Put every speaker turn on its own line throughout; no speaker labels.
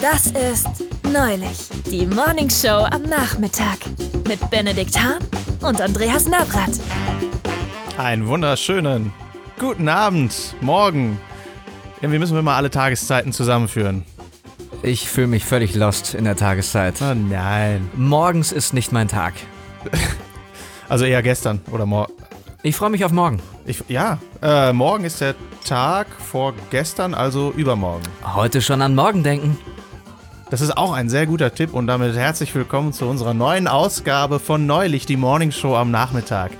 Das ist Neulich, die Morning Show am Nachmittag mit Benedikt Hahn und Andreas Navrat.
Einen wunderschönen guten Abend, morgen. Irgendwie müssen wir mal alle Tageszeiten zusammenführen.
Ich fühle mich völlig lost in der Tageszeit.
Oh nein.
Morgens ist nicht mein Tag.
Also eher gestern oder morgen.
Ich freue mich auf morgen.
Ich, ja, äh, morgen ist der Tag vor gestern, also übermorgen.
Heute schon an morgen denken.
Das ist auch ein sehr guter Tipp und damit herzlich willkommen zu unserer neuen Ausgabe von Neulich, die Morning Show am Nachmittag.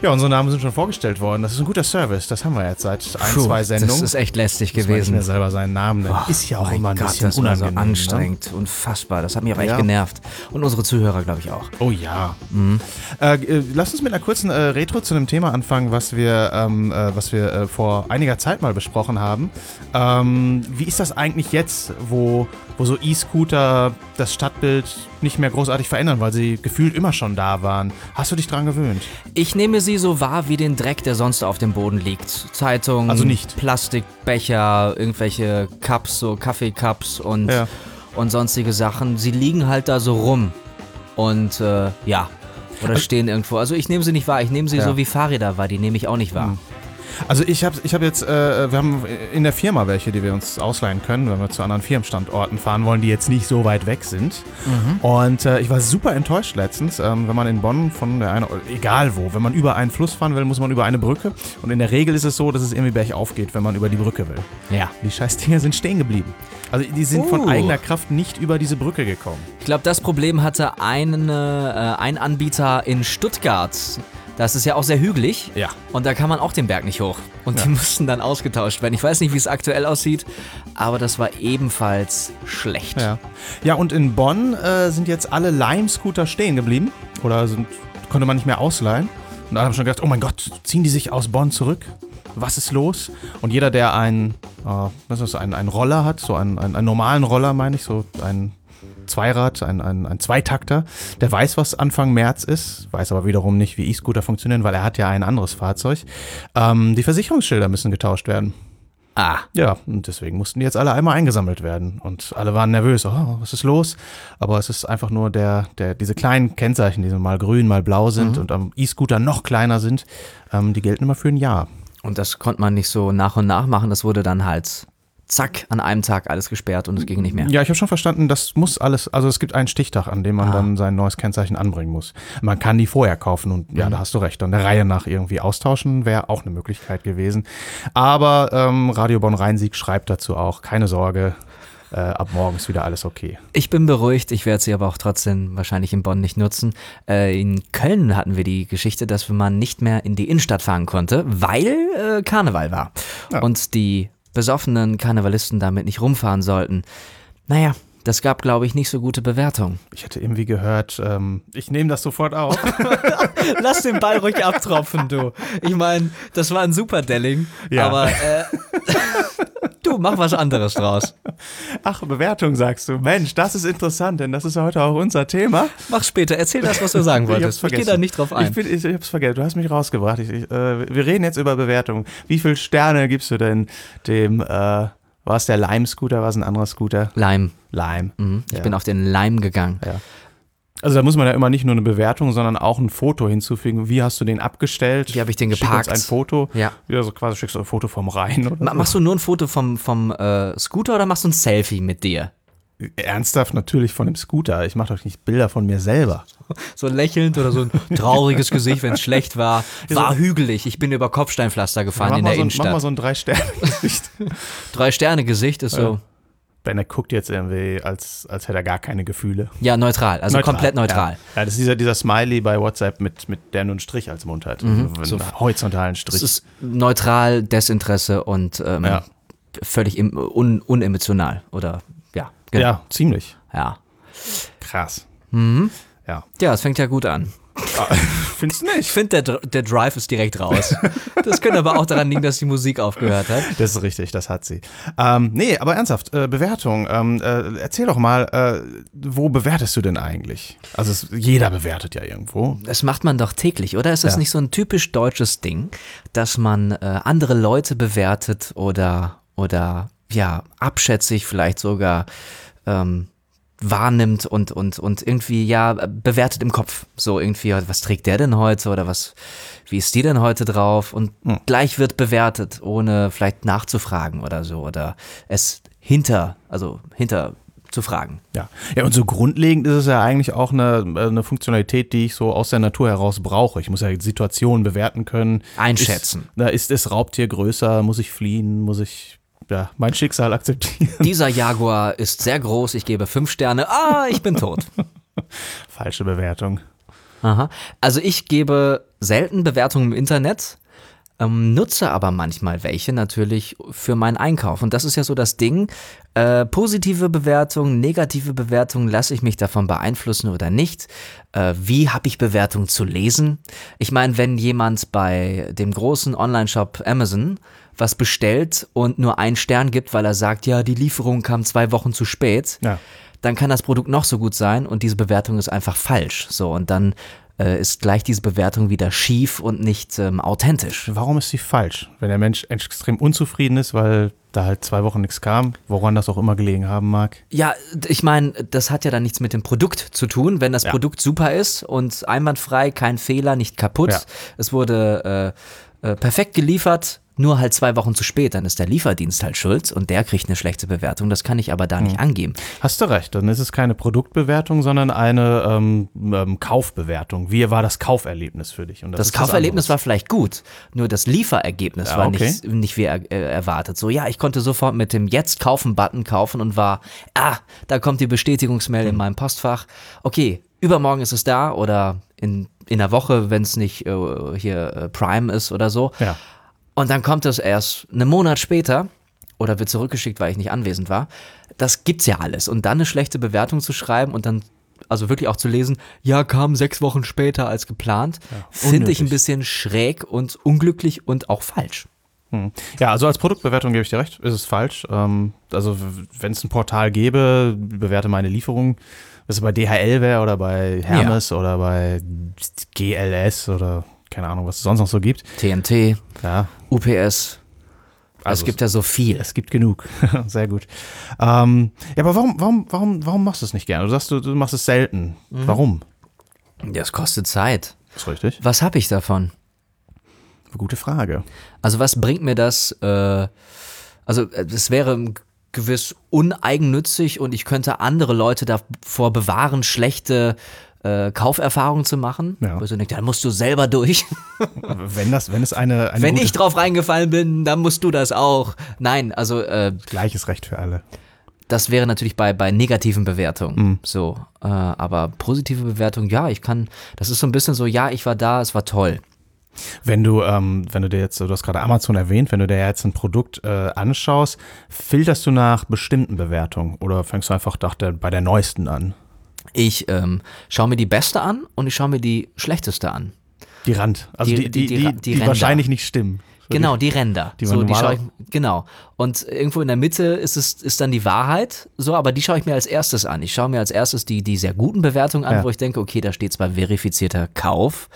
Ja, unsere Namen sind schon vorgestellt worden. Das ist ein guter Service. Das haben wir jetzt seit ein,
Puh,
zwei Sendungen.
Das ist echt lästig
Muss man nicht
gewesen.
mehr selber seinen Namen nennen.
Oh,
ist ja auch
mein
immer ein
Gott,
bisschen
das war so
unangenehm.
anstrengend, ne? unfassbar. Das hat mich aber echt
Ja.
genervt. Und unsere Zuhörer, glaube ich, auch.
Ne? Oh ja. Äh, äh, lass uns mit einer kurzen äh, Retro zu einem Thema anfangen, was wir, ähm, äh, was wir äh, vor einiger Zeit mal besprochen haben. Ähm, wie ist das eigentlich jetzt, wo, wo so E-Scooter das Stadtbild nicht mehr großartig verändern, weil sie gefühlt immer schon da waren? Hast du dich dran gewöhnt?
Ich nehme sie so wahr wie den Dreck, der sonst auf dem Boden liegt. Zeitungen,
Also nicht.
Plastikbecher, irgendwelche Cups, so Kaffeecups und,
Ja.
und sonstige Sachen. Sie liegen halt da so rum. Und äh, ja. Oder stehen irgendwo. Also ich nehme sie nicht wahr. Ich nehme sie
Ja.
so wie Fahrräder wahr. Die nehme ich auch nicht wahr.
Also ich habe ich hab jetzt, äh, wir haben in der Firma welche, die wir uns ausleihen können, wenn wir zu anderen Firmenstandorten fahren wollen, die jetzt nicht so weit weg sind. Und äh, ich war super enttäuscht letztens, ähm, wenn man in Bonn von der einen, egal wo, wenn man über einen Fluss fahren will, muss man über eine Brücke. Und in der Regel ist es so, dass es irgendwie bergauf geht, wenn man über die Brücke will.
Ja.
Die scheiß Dinger sind stehen geblieben. Also die sind von
Uh.
eigener Kraft nicht über diese Brücke gekommen.
Ich glaube, das Problem hatte eine, äh, ein Anbieter in Stuttgart. Das ist ja auch sehr hügelig.
Ja.
Und da kann man auch den Berg nicht hoch. Und die mussten dann ausgetauscht werden. Ich weiß nicht, wie es aktuell aussieht, aber das war ebenfalls schlecht.
Ja, ja und in Bonn äh, sind jetzt alle Lime-Scooter stehen geblieben oder sind, konnte man nicht mehr ausleihen. Und alle haben schon gedacht, oh mein Gott, ziehen die sich aus Bonn zurück? Was ist los? Und jeder, der einen, äh, was ist das, einen, einen Roller hat, so einen, einen, einen normalen Roller meine ich, so einen Zweirad, ein, ein, ein Zweitakter, der weiß, was Anfang März ist, weiß aber wiederum nicht, wie E-Scooter funktionieren, weil er hat ja ein anderes Fahrzeug. Ähm, die Versicherungsschilder müssen getauscht werden.
Ah,
Ja, und deswegen mussten die jetzt alle einmal eingesammelt werden. Und alle waren nervös. Oh, was ist los? Aber es ist einfach nur der, der, diese kleinen Kennzeichen, die so mal grün, mal blau sind und am E-Scooter noch kleiner sind, ähm, die gelten immer für ein Jahr.
und das konnte man nicht so nach und nach machen. Das wurde dann halt zack, an einem Tag alles gesperrt und es ging nicht mehr.
Ja, ich habe schon verstanden, das muss alles, also es gibt einen Stichtag, an dem man dann sein neues Kennzeichen anbringen muss. Man kann die vorher kaufen und ja, da hast du recht, dann der Reihe nach irgendwie austauschen wäre auch eine Möglichkeit gewesen. Aber ähm, Radio Bonn-Rhein-Sieg schreibt dazu auch, keine Sorge, äh, ab morgen ist wieder alles okay.
Ich bin beruhigt, ich werde sie aber auch trotzdem wahrscheinlich in Bonn nicht nutzen. Äh, in Köln hatten wir die Geschichte, dass man nicht mehr in die Innenstadt fahren konnte, weil äh, Karneval war. Und die besoffenen Karnevalisten damit nicht rumfahren sollten. Naja, das gab, glaube ich, nicht so gute Bewertung.
Ich hatte irgendwie gehört, ähm, ich nehme das sofort auf.
Lass den Ball ruhig abtropfen, du. Ich meine, das war ein super Delling,
Ja.
aber äh, du, mach was anderes draus.
Ach, Bewertung sagst du. Mensch, das ist interessant, denn das ist ja heute auch unser Thema.
Mach später, erzähl das, was du sagen
Ich hab's
wolltest. Ich,
vergessen.
geh da nicht drauf ein.
Ich, bin, ich, ich hab's vergessen. Du hast mich rausgebracht. Ich, ich, äh, wir reden jetzt über Bewertungen. Wie viele Sterne gibst du denn dem, äh, war es der Lime-Scooter, war es ein anderer Scooter?
Leim.
Lime.
Mhm. Ich
Ja.
bin auf den Leim gegangen.
Also da muss man ja immer nicht nur eine Bewertung, sondern auch ein Foto hinzufügen. Wie hast du den abgestellt?
Wie hab ich den
Schick uns
geparkt?
ein Foto.
Ja.
Ja, so quasi schickst du ein Foto vom Rhein oder
Ma
so.
machst du nur ein Foto vom, vom äh, Scooter oder machst du ein Selfie mit dir?
Ernsthaft natürlich von dem Scooter. Ich mache doch nicht Bilder von mir selber.
So lächelnd oder so ein trauriges Gesicht, wenn es schlecht war. War hügelig, ich bin über Kopfsteinpflaster gefahren
Mach
in
mal,
der
so ein, mach mal
Innenstadt.
so ein Drei-Sterne-Gesicht.
Drei-Sterne-Gesicht ist so,
Bennett guckt jetzt irgendwie, als, als hätte er gar keine Gefühle.
ja, neutral, also komplett neutral.
Ja, ja das ist dieser, dieser Smiley bei WhatsApp mit, mit der nur einen Strich als Mund hat. Also Einen horizontalen
Mhm. Es
Strich.
ist neutral, Desinteresse und ähm,
Ja.
völlig im, un, unemotional. Oder, ja, genau.
ja, ziemlich.
Ja.
Krass. Ja.
ja, es fängt ja gut an.
Findest du
Ich
nicht?
finde, der, Dr- der Drive ist direkt raus. Das könnte aber auch daran liegen, dass die Musik aufgehört hat.
Das ist richtig, das hat sie. Ähm, nee, aber ernsthaft, äh, Bewertung. Ähm, äh, erzähl doch mal, äh, wo bewertest du denn eigentlich? Also es, jeder bewertet ja irgendwo.
Das macht man doch täglich, oder? Ist das
Ja.
nicht so ein typisch deutsches Ding, dass man äh, andere Leute bewertet oder, oder ja, abschätzig vielleicht sogar ähm, wahrnimmt und, und, und irgendwie ja bewertet im Kopf. So irgendwie, was trägt der denn heute oder was, wie ist die denn heute drauf? Und
Hm.
gleich wird bewertet, ohne vielleicht nachzufragen oder so oder es hinter, also hinter zu fragen.
Ja. ja, und so grundlegend ist es ja eigentlich auch eine, äh, eine Funktionalität, die ich so aus der Natur heraus brauche. Ich muss ja Situationen bewerten können.
Einschätzen.
Ist, na, ist das Raubtier größer? Muss ich fliehen? Muss ich ja, mein Schicksal akzeptieren?
Dieser Jaguar ist sehr groß, ich gebe fünf Sterne. Ah, ich bin tot.
Falsche Bewertung.
Aha. Also ich gebe selten Bewertungen im Internet, ähm, nutze aber manchmal welche natürlich für meinen Einkauf. Und das ist ja so das Ding. Äh, positive Bewertungen, negative Bewertungen, lasse ich mich davon beeinflussen oder nicht? Äh, wie habe ich Bewertungen zu lesen? Ich meine, wenn jemand bei dem großen Online-Shop Amazon was bestellt und nur einen Stern gibt, weil er sagt, ja, die Lieferung kam zwei Wochen zu spät,
Ja.
dann kann das Produkt noch so gut sein und diese Bewertung ist einfach falsch. So, und dann äh, ist gleich diese Bewertung wieder schief und nicht ähm, authentisch.
Warum ist sie falsch? Wenn der Mensch extrem unzufrieden ist, weil da halt zwei Wochen nichts kam, woran das auch immer gelegen haben mag.
Ja, ich meine, das hat ja dann nichts mit dem Produkt zu tun. Wenn das
Ja.
Produkt super ist und einwandfrei, kein Fehler, nicht kaputt,
Ja.
es wurde äh, äh, perfekt geliefert, nur halt zwei Wochen zu spät, dann ist der Lieferdienst halt schuld und der kriegt eine schlechte Bewertung. Das kann ich aber
Mhm.
da nicht angeben.
Hast du recht, dann ist es keine Produktbewertung, sondern eine ähm, ähm, Kaufbewertung. Wie war das Kauferlebnis für dich? Und
Das,
ist
Kauferlebnis war vielleicht gut, nur das Lieferergebnis
Ja,
war
okay.
nicht, nicht wie er, äh, erwartet. So, ja, ich konnte sofort mit dem Jetzt kaufen-Button kaufen und war, ah, da kommt die Bestätigungsmail
Hm.
in meinem Postfach. Okay, übermorgen ist es da oder in, in der Woche, wenn es nicht äh, hier äh, Prime ist oder so.
Ja.
Und dann kommt es erst einen Monat später oder wird zurückgeschickt, weil ich nicht anwesend war. Das gibt's ja alles. Und dann eine schlechte Bewertung zu schreiben und dann also wirklich auch zu lesen, ja, kam sechs Wochen später als geplant, finde
unnötig.
ich ein bisschen schräg und unglücklich und auch falsch.
Hm. Ja, also als Produktbewertung gebe ich dir recht, ist es falsch. Ähm, also w- wenn es ein Portal gäbe, bewerte meine Lieferung, was bei DHL wäre oder bei Hermes oder bei GLS oder keine Ahnung, was es sonst noch so gibt.
TNT,
Ja,
UPS, es
Also
gibt ja so viel.
es gibt genug. Sehr gut. Ähm, ja, aber warum, warum, warum, warum machst du es nicht gerne? Du sagst, du, du machst es selten.
Mhm.
Warum?
Das kostet Zeit.
Ist richtig.
Was habe ich davon?
Gute Frage.
Also was bringt mir das? Äh, also äh, es wäre gewiss uneigennützig und ich könnte andere Leute davor bewahren, schlechte äh, Kauferfahrungen zu machen.
Ja.
Also denkt, dann musst du selber durch.
Wenn das, wenn es eine, eine
Wenn
gute,
ich drauf reingefallen bin, dann musst du das auch. Nein, also äh,
gleiches Recht für alle.
das wäre natürlich bei, bei negativen Bewertungen so. Äh, aber positive Bewertungen, ja, ich kann, das ist so ein bisschen so, ja, ich war da, es war toll.
Wenn du, ähm, wenn du dir jetzt, du hast gerade Amazon erwähnt, wenn du dir jetzt ein Produkt äh, anschaust, filterst du nach bestimmten Bewertungen oder fängst du einfach nach der, bei der neuesten an?
Ich ähm, schaue mir die beste an und ich schaue mir die schlechteste an.
Die Rand, also die,
Die-
die, die,
die-
die,
die Ra- die Ränder.
wahrscheinlich nicht stimmen.
Genau, die Ränder.
die man
so, die schaue
normaler-
ich, genau. Und irgendwo in der Mitte ist es ist dann die Wahrheit, so, aber die schaue ich mir als erstes an. Ich schaue mir als erstes die, die sehr guten Bewertungen an,
Ja.
wo ich denke, okay, da steht zwar verifizierter Kauf,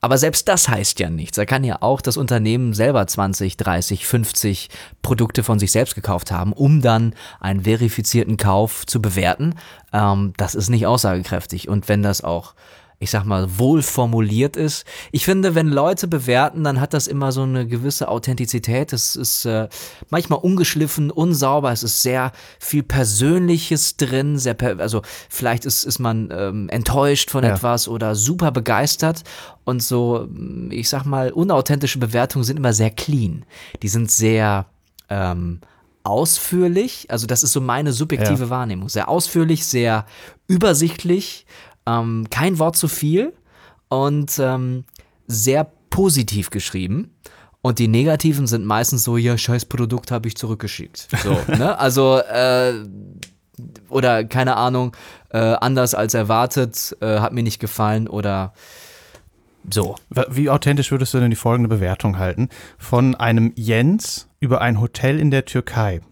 aber selbst das heißt ja nichts. Da kann ja auch das Unternehmen selber 20, 30, 50 Produkte von sich selbst gekauft haben, um dann einen verifizierten Kauf zu bewerten. Ähm, das ist nicht aussagekräftig. Und wenn das auch ich sag mal, wohl formuliert ist. Ich finde, wenn Leute bewerten, dann hat das immer so eine gewisse Authentizität. Es ist äh, manchmal ungeschliffen, unsauber. Es ist sehr viel Persönliches drin. Sehr per also vielleicht ist, ist man ähm, enttäuscht von
Ja.
etwas oder super begeistert. Und so, mm, ich sag mal, unauthentische Bewertungen sind immer sehr clean. Die sind sehr ähm, ausführlich. Also das ist so meine subjektive
Ja.
Wahrnehmung. Sehr ausführlich, sehr übersichtlich, ähm, kein Wort zu viel und ähm, sehr positiv geschrieben. Und die negativen sind meistens so, ja, scheiß Produkt habe ich zurückgeschickt. So, ne? Also, äh, oder keine Ahnung, äh, anders als erwartet, äh, hat mir nicht gefallen oder so.
Wa- Wie authentisch würdest du denn die folgende Bewertung halten? Von einem Jens über ein Hotel in der Türkei.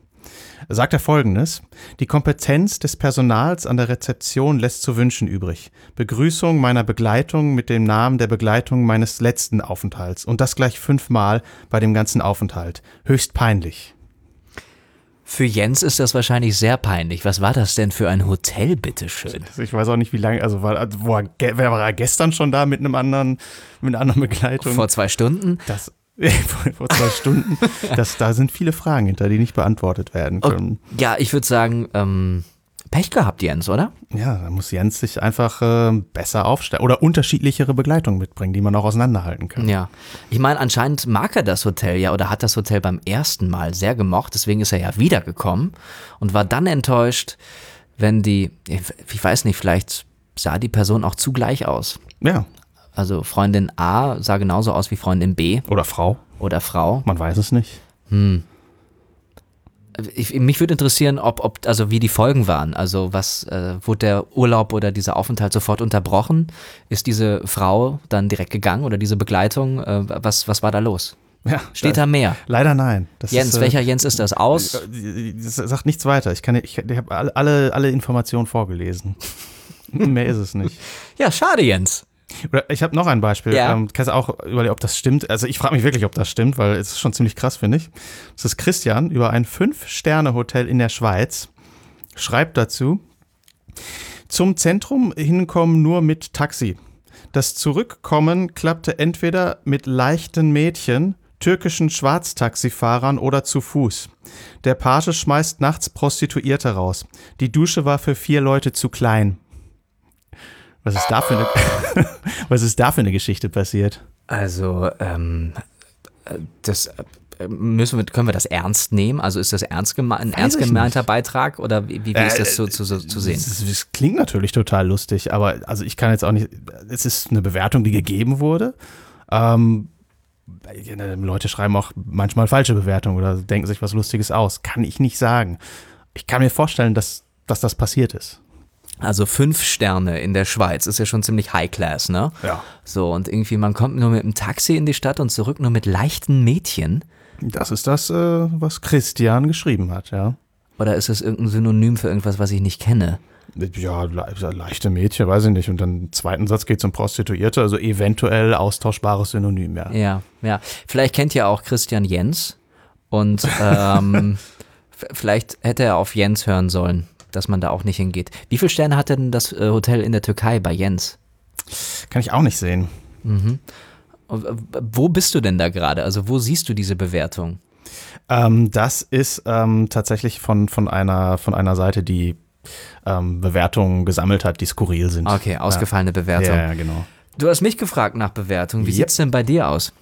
Sagt er folgendes: Die Kompetenz des Personals an der Rezeption lässt zu wünschen übrig. Begrüßung meiner Begleitung mit dem Namen der Begleitung meines letzten Aufenthalts und das gleich fünfmal bei dem ganzen Aufenthalt. Höchst peinlich.
Für Jens ist das wahrscheinlich sehr peinlich. Was war das denn für ein Hotel, bitteschön?
Also ich weiß auch nicht, wie lange, also war, boah, ge- wer war er gestern schon da mit einem anderen, mit einer anderen Begleitung?
Vor zwei Stunden?
das, vor, vor zwei Stunden. Das, da sind viele Fragen hinter, die nicht beantwortet werden können.
Ja, ich würde sagen, ähm, Pech gehabt, Jens, oder?
Ja, da muss Jens sich einfach äh, besser aufstellen oder unterschiedlichere Begleitung mitbringen, die man auch auseinanderhalten kann.
Ja. Ich meine, anscheinend mag er das Hotel ja oder hat das Hotel beim ersten Mal sehr gemocht, deswegen ist er ja wiedergekommen und war dann enttäuscht, wenn die, ich weiß nicht, vielleicht sah die Person auch zugleich aus.
Ja.
Also Freundin A sah genauso aus wie Freundin B
Oder Frau,
oder Frau.
man weiß es nicht.
Ich, mich würde interessieren, ob, ob, also wie die Folgen waren. Also was, äh, wurde der Urlaub oder dieser Aufenthalt sofort unterbrochen? Ist diese Frau dann direkt gegangen oder diese Begleitung? Äh, was, was war da los?
Ja,
Steht
da,
da mehr?
Leider nein. Das
Jens,
äh,
welcher Jens ist das? Aus?
Das sagt nichts weiter. Ich, kann, ich, ich habe alle- alle, alle Informationen vorgelesen. Mehr ist es nicht.
Ja, schade, Jens.
Oder ich habe noch ein Beispiel.
Ja.
Ähm, kannst auch überlegen, ob das stimmt. Also ich frage mich wirklich, ob das stimmt, weil es ist schon ziemlich krass, finde ich. Es ist Christian über ein Fünf-Sterne-Hotel in der Schweiz. Schreibt dazu, zum Zentrum hinkommen nur mit Taxi. Das Zurückkommen klappte entweder mit leichten Mädchen, türkischen Schwarztaxifahrern oder zu Fuß. Der Page schmeißt nachts Prostituierte raus. Die Dusche war für vier Leute zu klein. Was ist da für eine, was ist da für eine Geschichte passiert?
Also, ähm, äh, das äh, müssen wir, können wir das ernst nehmen? Also ist das ernst geme ein ernst
ich
gemeinter Beitrag oder wie, wie, wie ist
Äh,
das zu, zu, zu sehen?
Das, ist- das klingt natürlich total lustig, aber also ich kann jetzt auch nicht. Es ist eine Bewertung, die gegeben wurde. Ähm, äh, Leute schreiben auch manchmal falsche Bewertungen oder denken sich was Lustiges aus. Kann ich nicht sagen. Ich kann mir vorstellen, dass, dass das passiert ist.
Also fünf Sterne in der Schweiz ist ja schon ziemlich High Class, ne?
Ja.
So, und irgendwie, man kommt nur mit dem Taxi in die Stadt und zurück nur mit leichten Mädchen.
Das ist das, äh, was Christian geschrieben hat, ja.
Oder ist das irgendein Synonym für irgendwas, was ich nicht kenne?
Ja, le also leichte Mädchen, weiß ich nicht. Und dann im zweiten Satz geht es um Prostituierte, also eventuell austauschbares Synonym, ja.
Ja, ja. Vielleicht kennt ja auch Christian Jens und ähm, f- vielleicht hätte er auf Jens hören sollen, dass man da auch nicht hingeht. Wie viele Sterne hat denn das äh, Hotel in der Türkei bei Jens?
Kann ich auch nicht sehen.
Und, äh, Wo bist du denn da gerade? Also wo siehst du diese Bewertung?
Ähm, das ist ähm, tatsächlich von, von, einer, von einer Seite, die ähm, Bewertungen gesammelt hat, die skurril sind.
Ah, Okay, ausgefallene Bewertung.
Ja, ja, genau.
Du hast mich gefragt nach Bewertung. Wie
Yep.
sieht's denn bei dir aus?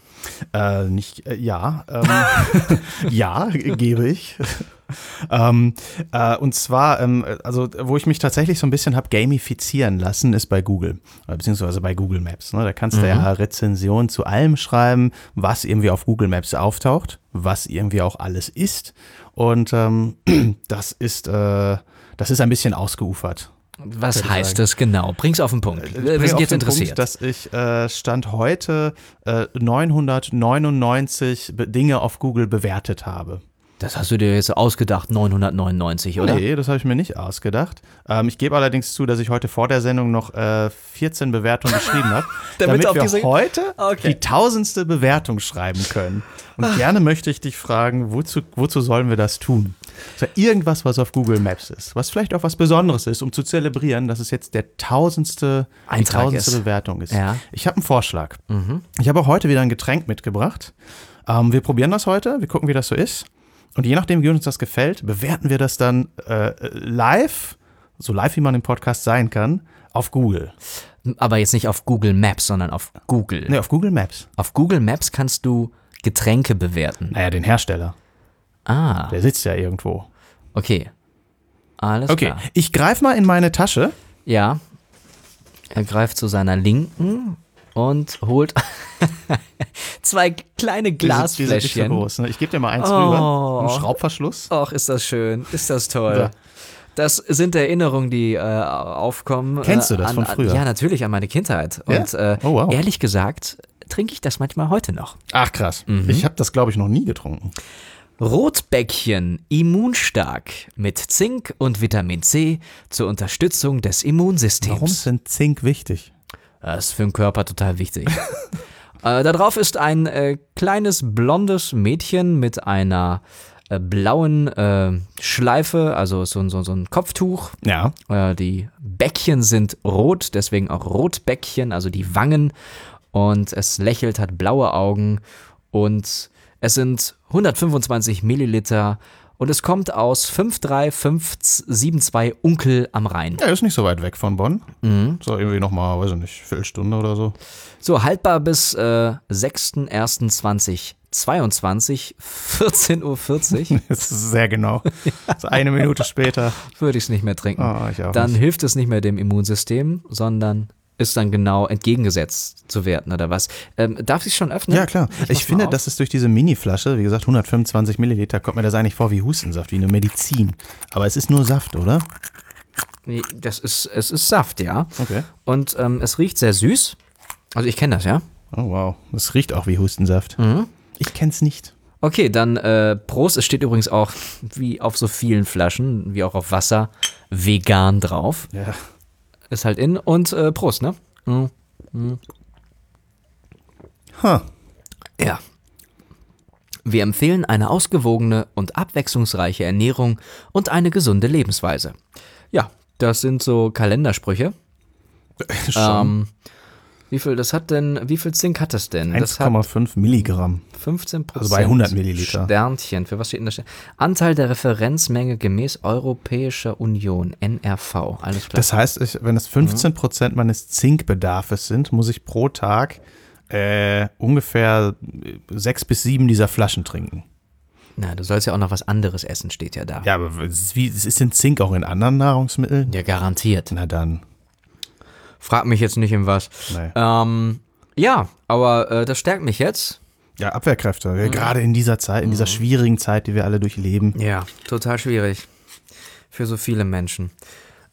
Äh, nicht, äh, ja, ähm, ja, ge- gebe ich. ähm, äh, und zwar, ähm, also wo ich mich tatsächlich so ein bisschen habe gamifizieren lassen, ist bei Google, äh, beziehungsweise bei Google Maps. Ne? Da kannst du ja Rezensionen zu allem schreiben, was irgendwie auf Google Maps auftaucht, was irgendwie auch alles ist. Und ähm, das ist, äh, das ist ein bisschen ausgeufert.
Was
würde
heißt
sagen.
das genau? Bring's auf den Punkt.
Ich bringe
Wir sind
Äh, auf
jetzt
den
interessiert.
Punkt, dass ich äh, Stand heute äh, 999 Be- Dinge auf Google bewertet habe.
das hast du dir jetzt ausgedacht, 999, oder?
Nee, das habe ich mir nicht ausgedacht. Ähm, ich gebe allerdings zu, dass ich heute vor der Sendung noch äh, 14 Bewertungen geschrieben habe,
Damit
damit,
auf
wir
diese- Ah,
heute
Okay. Ah.
die tausendste Bewertung schreiben können. Und gerne möchte ich dich fragen, wozu, wozu sollen wir das tun? Das ist ja irgendwas, was auf Google Maps ist, was vielleicht auch was Besonderes ist, um zu zelebrieren, dass es jetzt der tausendste, die
Eintrag
tausendste
ist.
Bewertung ist.
Ja. Mhm.
Ich habe einen Vorschlag. Ich habe auch heute wieder ein Getränk mitgebracht. Ähm, wir probieren das heute, wir gucken, wie das so ist. Und je nachdem, wie uns das gefällt, bewerten wir das dann äh, live, so live wie man im Podcast sein kann, auf Google.
Aber jetzt nicht auf Google Maps, sondern auf Google.
Ne, auf Google Maps.
Auf Google Maps kannst du Getränke bewerten.
Naja, den Hersteller.
Ah,
Der sitzt ja irgendwo.
okay. Alles
Okay,
klar.
ich greife mal in meine Tasche.
Ja. Er greift zu seiner Linken und holt zwei kleine
Die sind- die sind nicht so
Glasfläschchen.
groß, ne? Ich gebe dir mal eins
Oh.
rüber. Ein Schraubverschluss.
Och, ist das schön. Ist das toll.
Da.
Das sind Erinnerungen, die äh, aufkommen.
Kennst du
äh,
das
an,
von früher?
An, ja, natürlich, an meine Kindheit.
Ja?
Und äh,
Oh, wow.
ehrlich gesagt trinke ich das manchmal heute noch.
Ach krass.
Mhm.
Ich habe das, glaube ich, noch nie getrunken.
Rotbäckchen immunstark mit Zink und Vitamin C zur Unterstützung des Immunsystems.
Warum ist denn Zink wichtig?
Das ist für den Körper total wichtig. äh, da drauf ist ein äh, kleines blondes Mädchen mit einer äh, blauen äh, Schleife, also so, ein- so, so ein Kopftuch.
Ja.
Äh, die Bäckchen sind rot, deswegen auch Rotbäckchen, also die Wangen. Und es lächelt, hat blaue Augen. Und es sind 125 Milliliter. Und es kommt aus 53572 Unkel am Rhein.
Ja, ist nicht so weit weg von Bonn. So irgendwie nochmal, weiß ich nicht, Viertelstunde oder so.
So, haltbar bis äh, 6.01.2022, 14.40 Uhr
Das ist sehr genau. Das ist eine Minute später.
würde ich es nicht mehr trinken.
Ah, ich auch
dann
nicht.
hilft es nicht mehr dem Immunsystem, sondern ist dann genau entgegengesetzt zu werten oder was. Ähm, darf ich schon öffnen?
Ja, klar.
mach's
Ich,
mal
finde,
auf.
das ist durch diese Mini-Flasche, wie gesagt, 125 Milliliter, kommt mir das eigentlich vor wie Hustensaft, wie eine Medizin. Aber es ist nur Saft, oder?
Nee, Das ist, es ist Saft, ja.
Okay.
Und ähm, es riecht sehr süß. Also ich kenne das, ja.
Oh, wow. Das riecht auch wie Hustensaft. Ich kenn's nicht.
Okay, dann äh, Prost. Es steht übrigens auch, wie auf so vielen Flaschen, wie auch auf Wasser, vegan drauf.
Ja.
Ist halt in. Und äh, Prost, ne? Mhm.
Huh.
Ja. Wir empfehlen eine ausgewogene und abwechslungsreiche Ernährung und eine gesunde Lebensweise. Ja, das sind so Kalendersprüche. Ähm, wie viel das hat denn, wie viel Zink hat das denn? Das hat
1,5 Milligramm.
15 Prozent.
Also bei 100 Milliliter.
Sternchen. Für was steht denn das? Sternchen? Anteil der Referenzmenge gemäß Europäischer Union, NRV. Alles klar.
Das heißt, ich, wenn es 15 Prozent meines Zinkbedarfes sind, muss ich pro Tag äh, ungefähr äh, sechs bis sieben dieser Flaschen trinken.
Na, du sollst ja auch noch was anderes essen, steht ja da.
Ja, aber wie, ist denn Zink auch in anderen Nahrungsmitteln?
ja garantiert.
Na dann.
Frag mich jetzt nicht in was.
Nee.
Ähm, ja, aber äh, das stärkt mich jetzt.
Ja, Abwehrkräfte. Ja, Gerade in dieser Zeit, in dieser schwierigen Zeit, die wir alle durchleben.
Ja, total schwierig. Für so viele Menschen.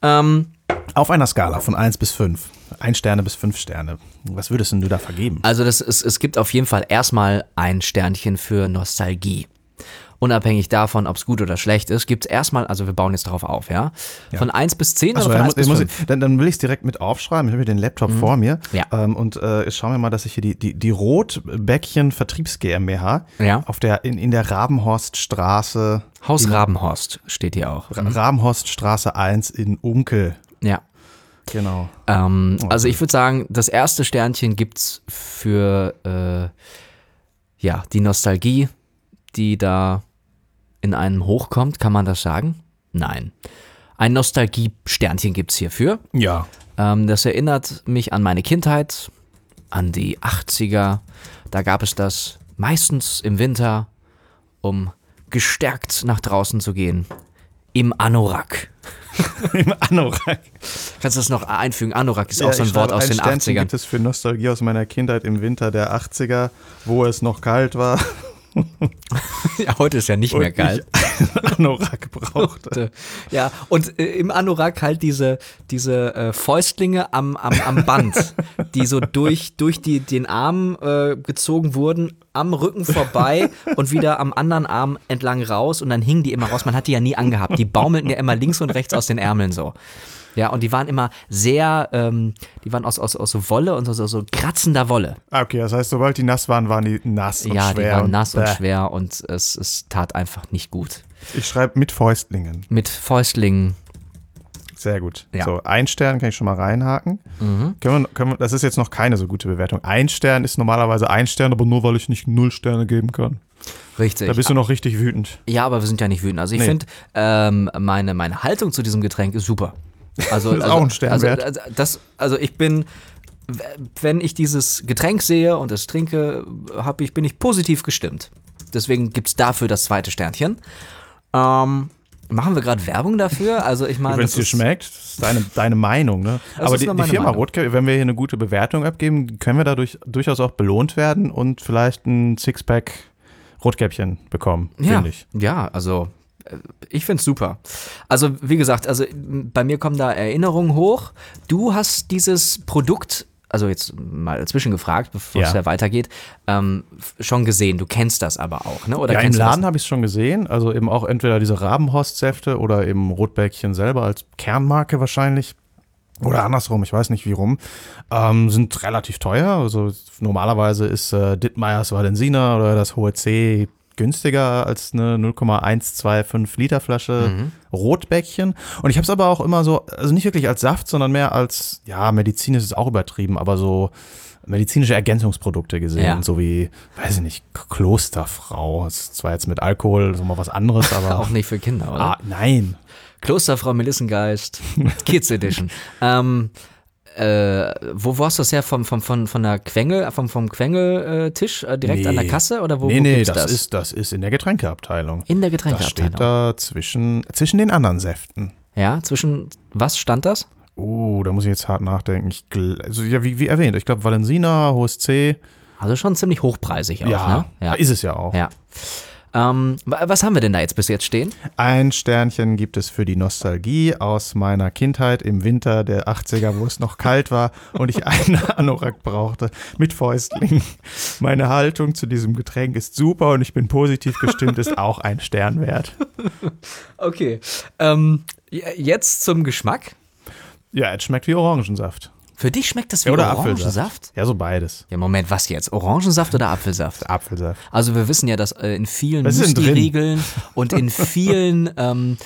Ähm,
Auf einer Skala von 1 bis 5. 1 Sterne bis 5 Sterne. Was würdest denn du da vergeben?
also das ist, es gibt auf jeden Fall erstmal ein Sternchen für Nostalgie. Unabhängig davon, ob es gut oder schlecht ist, gibt es erstmal, also wir bauen jetzt drauf auf, ja? Also Von 1 bis 10
Achso,
oder von
dann,
1
muss-
bis
muss
5?
ich, dann, dann will ich es direkt mit aufschreiben. Ich habe hier den Laptop vor mir.
Mhm. Ja.
Ähm, und äh, ich schaue mir mal, dass ich hier die, die, die Rotbäckchen Vertriebs GmbH
Ja.
auf der, in, in der Rabenhorststraße,
Haus Rabenhorst steht hier auch.
Ra- Rabenhorststraße 1 in Unkel.
Ja.
Genau.
Ähm, also ich würde sagen, das erste Sternchen gibt's für äh, ja, die Nostalgie, die da in einem hochkommt, kann man das sagen? Nein. Ein Nostalgie-Sternchen gibt's hierfür.
Ja.
Ähm, das erinnert mich an meine Kindheit, an die 80er. Da gab es das meistens im Winter, um gestärkt nach draußen zu gehen. Im Anorak.
Im Anorak.
Kannst du das noch einfügen? Anorak ist auch so
ich
ein Wort
schreibe,
aus
ein
den
Sternchen
80ern.
gibt es für Nostalgie aus meiner Kindheit im Winter der 80er, wo es noch kalt war
Ja, heute ist ja nicht mehr
ich
geil.
Anorak brauchte.
Ja, und äh, im Anorak halt diese, diese äh, Fäustlinge am, am, am Band, die so durch, durch die, den Arm äh, gezogen wurden, am Rücken vorbei und wieder am anderen Arm entlang raus und dann hingen die immer raus. Man hat die ja nie angehabt. Die baumelten ja immer links und rechts aus den Ärmeln so. Ja, und die waren immer sehr, ähm, die waren aus, aus, aus so Wolle und so, so, so kratzender Wolle.
Ah, Okay, das heißt, sobald die nass waren, waren die nass und
ja,
schwer.
die waren nass und,
bäh.
schwer und es, es tat einfach nicht gut.
Ich schreibe mit Fäustlingen.
Mit Fäustlingen
Sehr gut.
Ja. Mhm.
So, ein Stern kann ich schon mal reinhaken. Können wir, können wir, das ist jetzt noch keine so gute Bewertung. Ein Stern ist normalerweise ein Stern, aber nur weil ich nicht null Sterne geben kann.
Richtig.
Da bist du noch richtig wütend.
Ja, aber wir sind ja nicht wütend. Also ich
Nee.
finde, ähm, meine, meine Haltung zu diesem Getränk ist super. Also,
Ist auch ein Stern
also,
wert.
Also, das, also ich bin, w- wenn ich dieses Getränk sehe und es trinke, hab ich, bin ich positiv gestimmt. Deswegen gibt's dafür das zweite Sternchen. Ähm, machen wir gerade Werbung dafür? Also ich meine,
Wenn es
das
dir
ist-
schmeckt, das ist deine, deine Meinung. Ne?
Das
Aber
ist
die,
nur
die
meine
Firma
Meinung.
Rotke, wenn wir hier eine gute Bewertung abgeben, können wir dadurch durchaus auch belohnt werden und vielleicht ein Sixpack Rotkäppchen bekommen,
ja,
finde ich.
ja, also äh, ich find's super. Also wie gesagt, also m, bei mir kommen da Erinnerungen hoch. Du hast dieses Produkt, also jetzt mal dazwischen gefragt, bevor
Ja.
es ja weitergeht, ähm, f- schon gesehen. Du kennst das aber auch, ne? Oder
Ja, im
kennst
Laden
du
habe ich es schon gesehen. Also eben auch entweder diese Rabenhorstsäfte oder eben Rotbäckchen selber als Kernmarke wahrscheinlich. Oder andersrum, ich weiß nicht wie rum. Ähm, sind relativ teuer. Also normalerweise ist äh, Dittmeyers Valensina oder das Hohe C günstiger als eine 0,125 Liter Flasche
Mhm.
Rotbäckchen. Und ich habe es aber auch immer so, also nicht wirklich als Saft, sondern mehr als, ja, Medizin ist es auch übertrieben, aber so medizinische Ergänzungsprodukte gesehen,
Ja.
so wie, weiß ich nicht, K- Klosterfrau. Das ist zwar jetzt mit Alkohol so mal was anderes, aber
Auch nicht für Kinder, oder?
Ah, nein.
Klosterfrau Melissengeist, Kids Edition. ähm, äh, wo, wo hast du das her? Vom, vom, von, von der Quengel, vom, vom Quengeltisch äh, direkt an der
Nee.
Kasse? Oder wo,
nee,
wo
nee,
gibt's
das, ist, das ist in der Getränkeabteilung.
In der
Das
Getränkeabteilung.
steht da zwischen, zwischen den anderen Säften.
Ja, zwischen was stand das?
Oh, da muss ich jetzt hart nachdenken. Ich, gl- also, ja, wie, wie erwähnt, ich glaube Valensina, hohes C.
Also schon ziemlich hochpreisig auch,
ja,
ne? Ja.
ist es ja auch.
ja. Ähm, wa- was haben wir denn da jetzt bis jetzt stehen?
Ein Sternchen gibt es für die Nostalgie aus meiner Kindheit im Winter der 80er, wo es noch kalt war und ich einen Anorak brauchte mit Fäustlingen. Meine Haltung zu diesem Getränk ist super und ich bin positiv gestimmt, ist auch ein Stern wert.
Okay. Ähm, j- jetzt zum Geschmack.
Ja, es schmeckt wie Orangensaft.
Für dich schmeckt das wie
Ja, oder
Orangensaft?
Ja, so beides.
Ja, Moment, was jetzt? Orangensaft oder Apfelsaft?
Apfelsaft.
Also wir wissen ja, dass äh, in vielen
Was ist denn drin?
Müsli-Riegeln und in vielen ähm,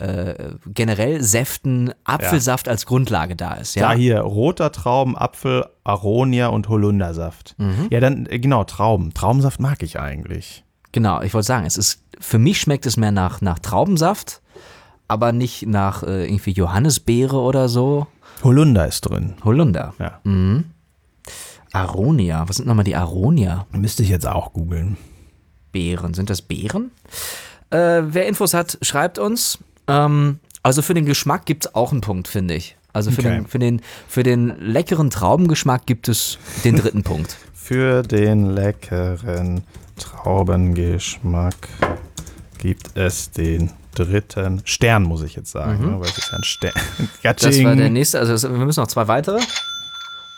äh, generell Säften Apfelsaft als Grundlage da ist. Ja?
Ja, hier, roter Trauben, Apfel, Aronia und Holundersaft.
Mhm.
Ja, dann, äh, genau, Trauben. Traubensaft mag ich eigentlich.
Genau, ich wollte sagen, es ist, für mich schmeckt es mehr nach, nach Traubensaft, aber nicht nach äh, irgendwie Johannisbeere oder so.
Holunder ist drin.
Holunder.
Ja.
Aronia. Was sind nochmal die Aronia-Beeren?
Müsste ich jetzt auch googeln.
Sind das Beeren? Äh, wer Infos hat, schreibt uns. Ähm, also für den Geschmack gibt es auch einen Punkt, finde ich. Also für,
Okay.
den, für, den, für den leckeren Traubengeschmack gibt es den dritten Punkt.
Für den leckeren Traubengeschmack gibt es den dritten Stern, muss ich jetzt sagen. ne, Weil es ist ja ein Stern.
Das war
Gatsching.
der nächste. Also es- wir müssen noch zwei weitere.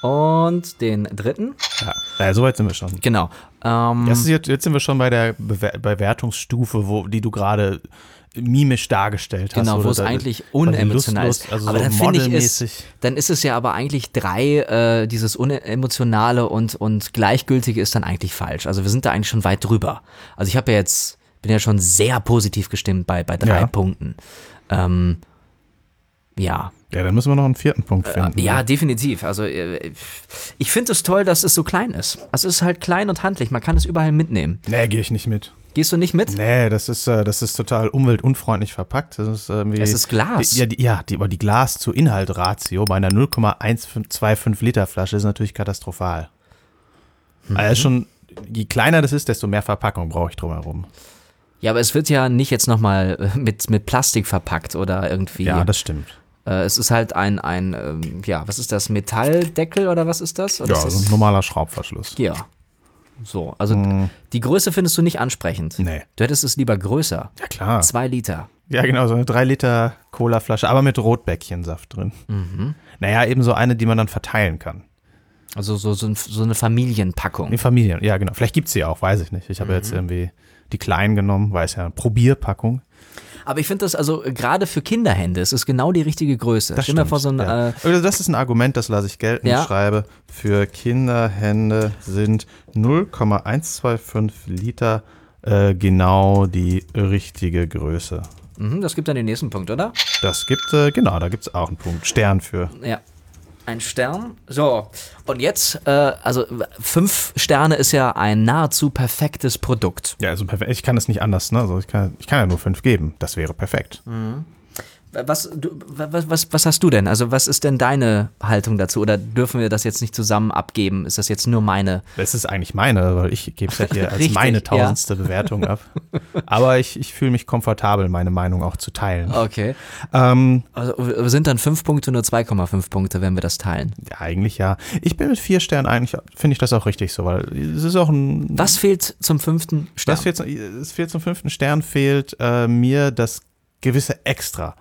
Und den dritten.
ja, naja, soweit sind wir schon.
Genau. Ähm,
Das ist jetzt, jetzt sind wir schon bei der Bewer Bewertungsstufe, wo, die du gerade mimisch dargestellt hast.
Genau,
oder
wo es
da-
eigentlich
quasi
unemotional
lustlos,
ist.
Also
aber
so
dann finde ich es,
modelmäßig.
dann ist es ja aber eigentlich drei, äh, dieses unemotionale und, und gleichgültige ist dann eigentlich falsch. Also wir sind da eigentlich schon weit drüber. Also ich habe ja jetzt, bin ja schon sehr positiv gestimmt bei, bei drei
Ja.
Punkten. Ähm, ja.
Ja, dann müssen wir noch einen vierten Punkt finden. ne?
Ja, definitiv. Also äh, ich finde es toll, dass es so klein ist. Also es ist halt klein und handlich. Man kann es überall mitnehmen.
Nee, gehe ich nicht mit.
Gehst du nicht mit?
Nee, das ist, äh, das ist total umweltunfreundlich verpackt. Das ist irgendwie.
Es ist Glas.
Die, ja, die, ja die, aber die Glas-zu-Inhalt-Ratio bei einer 0,125 Liter Flasche ist natürlich katastrophal.
Mhm.
Also schon, je kleiner das ist, desto mehr Verpackung brauche ich drumherum.
Ja, aber es wird ja nicht jetzt nochmal mit, mit Plastik verpackt oder irgendwie.
Ja, das stimmt.
Äh, es ist halt ein, ein ähm, ja, was ist das? Metalldeckel oder was ist das? Oder
Ja,
ist
so
das
ein normaler Schraubverschluss.
ja. So, also die Größe findest du nicht ansprechend.
Hm. Nee.
Du hättest es lieber größer.
Ja, klar.
Zwei Liter.
Ja, genau, so eine 3 Liter Cola-Flasche, aber mit Rotbäckchensaft drin.
Mhm.
Naja, eben so eine, die man dann verteilen kann.
Also so, so, ein- so eine Familienpackung.
In Familien, ja, genau. Vielleicht gibt es sie auch, weiß ich nicht. Ich habe
Mhm.
jetzt irgendwie die kleinen genommen, weil es ja eine Probierpackung.
Aber ich finde das also äh, gerade für Kinderhände, es ist genau die richtige Größe. Stell dir mal vor, so ein,
ja.
äh,
also das ist ein Argument, das lasse ich gelten.
Ja.
Ich schreibe, für Kinderhände sind 0,125 Liter äh, genau die richtige Größe.
mhm, das gibt dann den nächsten Punkt, oder?
Das gibt, äh, genau, da gibt es auch einen Punkt. Stern für.
Ja. Ein Stern. So. Und jetzt, äh, also w- fünf Sterne ist ja ein nahezu perfektes Produkt.
Ja, also perfekt. Ich kann es nicht anders, ne? Also ich, kann, ich kann ja nur fünf geben. Das wäre perfekt.
Was, du, was, was, was hast du denn? Also, was ist denn deine Haltung dazu? Oder dürfen wir das jetzt nicht zusammen abgeben? Ist das jetzt nur meine?
Das ist eigentlich meine, weil ich gebe es ja hier als
Richtig,
meine
ja.
tausendste Bewertung ab. Aber ich, ich fühle mich komfortabel, meine Meinung auch zu teilen.
Okay.
Ähm,
Also, w- sind dann fünf Punkte nur 2,5 Punkte, wenn wir das teilen?
ja, eigentlich ja. Ich bin mit vier Sternen eigentlich, finde ich das auch richtig so, weil es ist auch ein.
Was fehlt zum fünften Stern?
Das fehlt, zum- es fehlt zum fünften Stern, fehlt äh, mir das gewisse Extra.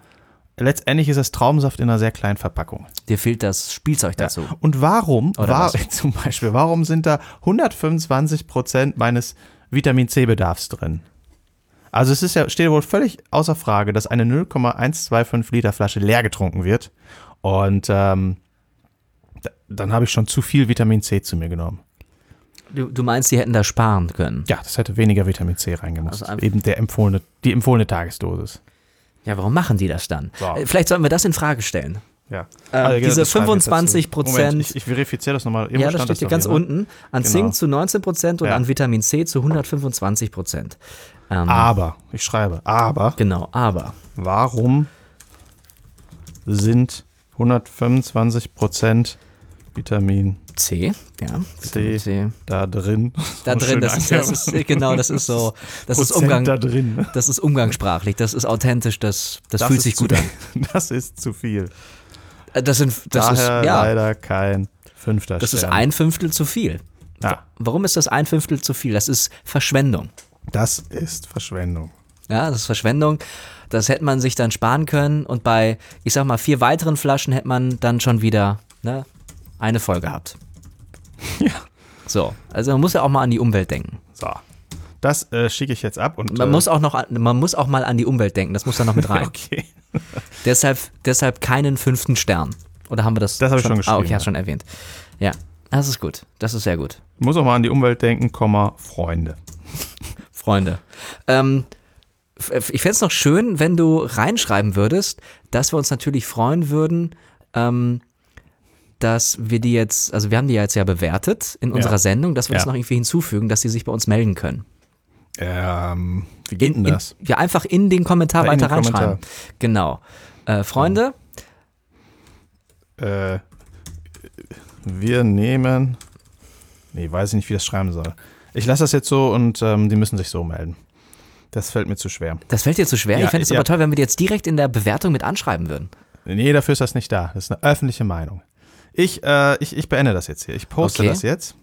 Letztendlich ist das Traubensaft in einer sehr kleinen Verpackung.
Dir fehlt das Spielzeug dazu.
Und warum,
Oder
war,
was?
zum Beispiel, warum sind da 125 Prozent meines Vitamin C-Bedarfs drin? Also es ist ja, steht wohl völlig außer Frage, dass eine 0,125 Liter Flasche leer getrunken wird. Und ähm, d- dann habe ich schon zu viel Vitamin C zu mir genommen.
Du, du meinst, sie hätten da sparen können?
Ja, das hätte weniger Vitamin C reingemusst.
Also einfach-
Eben der empfohlene, die empfohlene Tagesdosis.
Ja, warum machen die das dann?
So.
Äh, Vielleicht sollten wir das in Frage stellen.
Ja.
Ähm, diese
Also genau, das schreiben wir jetzt dazu.
25%
Moment, ich, ich verifiziere das nochmal. Irgendwo
ja, das
stand
steht hier
doch
ganz
hier, ne?
unten. An
Genau.
Zink zu 19 Prozent und
Ja.
an Vitamin C zu 125 Prozent. Ähm,
Aber, ich schreibe, aber
Genau, aber.
warum sind 125% Vitamin
C, ja.
C,
Vitamin C.
da drin?
Da
Schön
drin, das ist, das ist, genau, das ist so, das ist
Prozent
Umgang,
da drin. ne?
das ist umgangssprachlich, das ist authentisch, das, das, fühlt
ist
sich
zu-
gut an.
Das ist zu viel.
Äh, Das sind, das
Daher
ist, ja,
leider kein fünfter
das ist
Stern.
ein Fünftel zu viel.
Ja,
Warum ist das ein Fünftel zu viel? Das ist Verschwendung.
das ist Verschwendung.
Ja, das ist Verschwendung. Das hätte man sich dann sparen können und bei, ich sag mal, vier weiteren Flaschen hätte man dann schon wieder ne, eine voll gehabt.
Ja.
So, also man muss ja auch mal an die Umwelt denken.
So. Das äh, schicke ich jetzt ab und.
Man
äh,
muss auch noch, an- man muss auch mal an die Umwelt denken. Das muss da noch mit rein.
Okay.
deshalb, deshalb keinen fünften Stern. Oder haben wir das?
Das habe ich schon
Ah,
geschrieben,
okay, hast
ja.
schon erwähnt. Ja, das ist gut. Das ist sehr gut,
Muss auch mal an die Umwelt denken, Komma, Freunde.
Freunde. Ähm, f- f- ich fände es noch schön, wenn du reinschreiben würdest, dass wir uns natürlich freuen würden, ähm, dass wir die jetzt, also wir haben die ja jetzt ja bewertet in unserer Sendung, dass wir das
Ja.
noch irgendwie hinzufügen, dass sie sich bei uns melden können.
Ähm, wie geht denn
in,
das?
Ja, einfach in den Kommentar
Ja, in
weiter
den Kommentar.
reinschreiben. Genau. Äh, Freunde,
Äh, wir nehmen. Nee, weiß ich nicht, wie das schreiben soll. Ich lasse das jetzt so und ähm, die müssen sich so melden. Das fällt mir zu schwer.
das fällt dir zu schwer.
Ja,
ich fände es
ja.
aber toll, wenn wir die jetzt direkt in der Bewertung mit anschreiben würden.
Nee, dafür ist das nicht da. Das ist eine öffentliche Meinung. Ich, äh, ich, ich beende das jetzt hier. Ich poste
Okay.
das jetzt.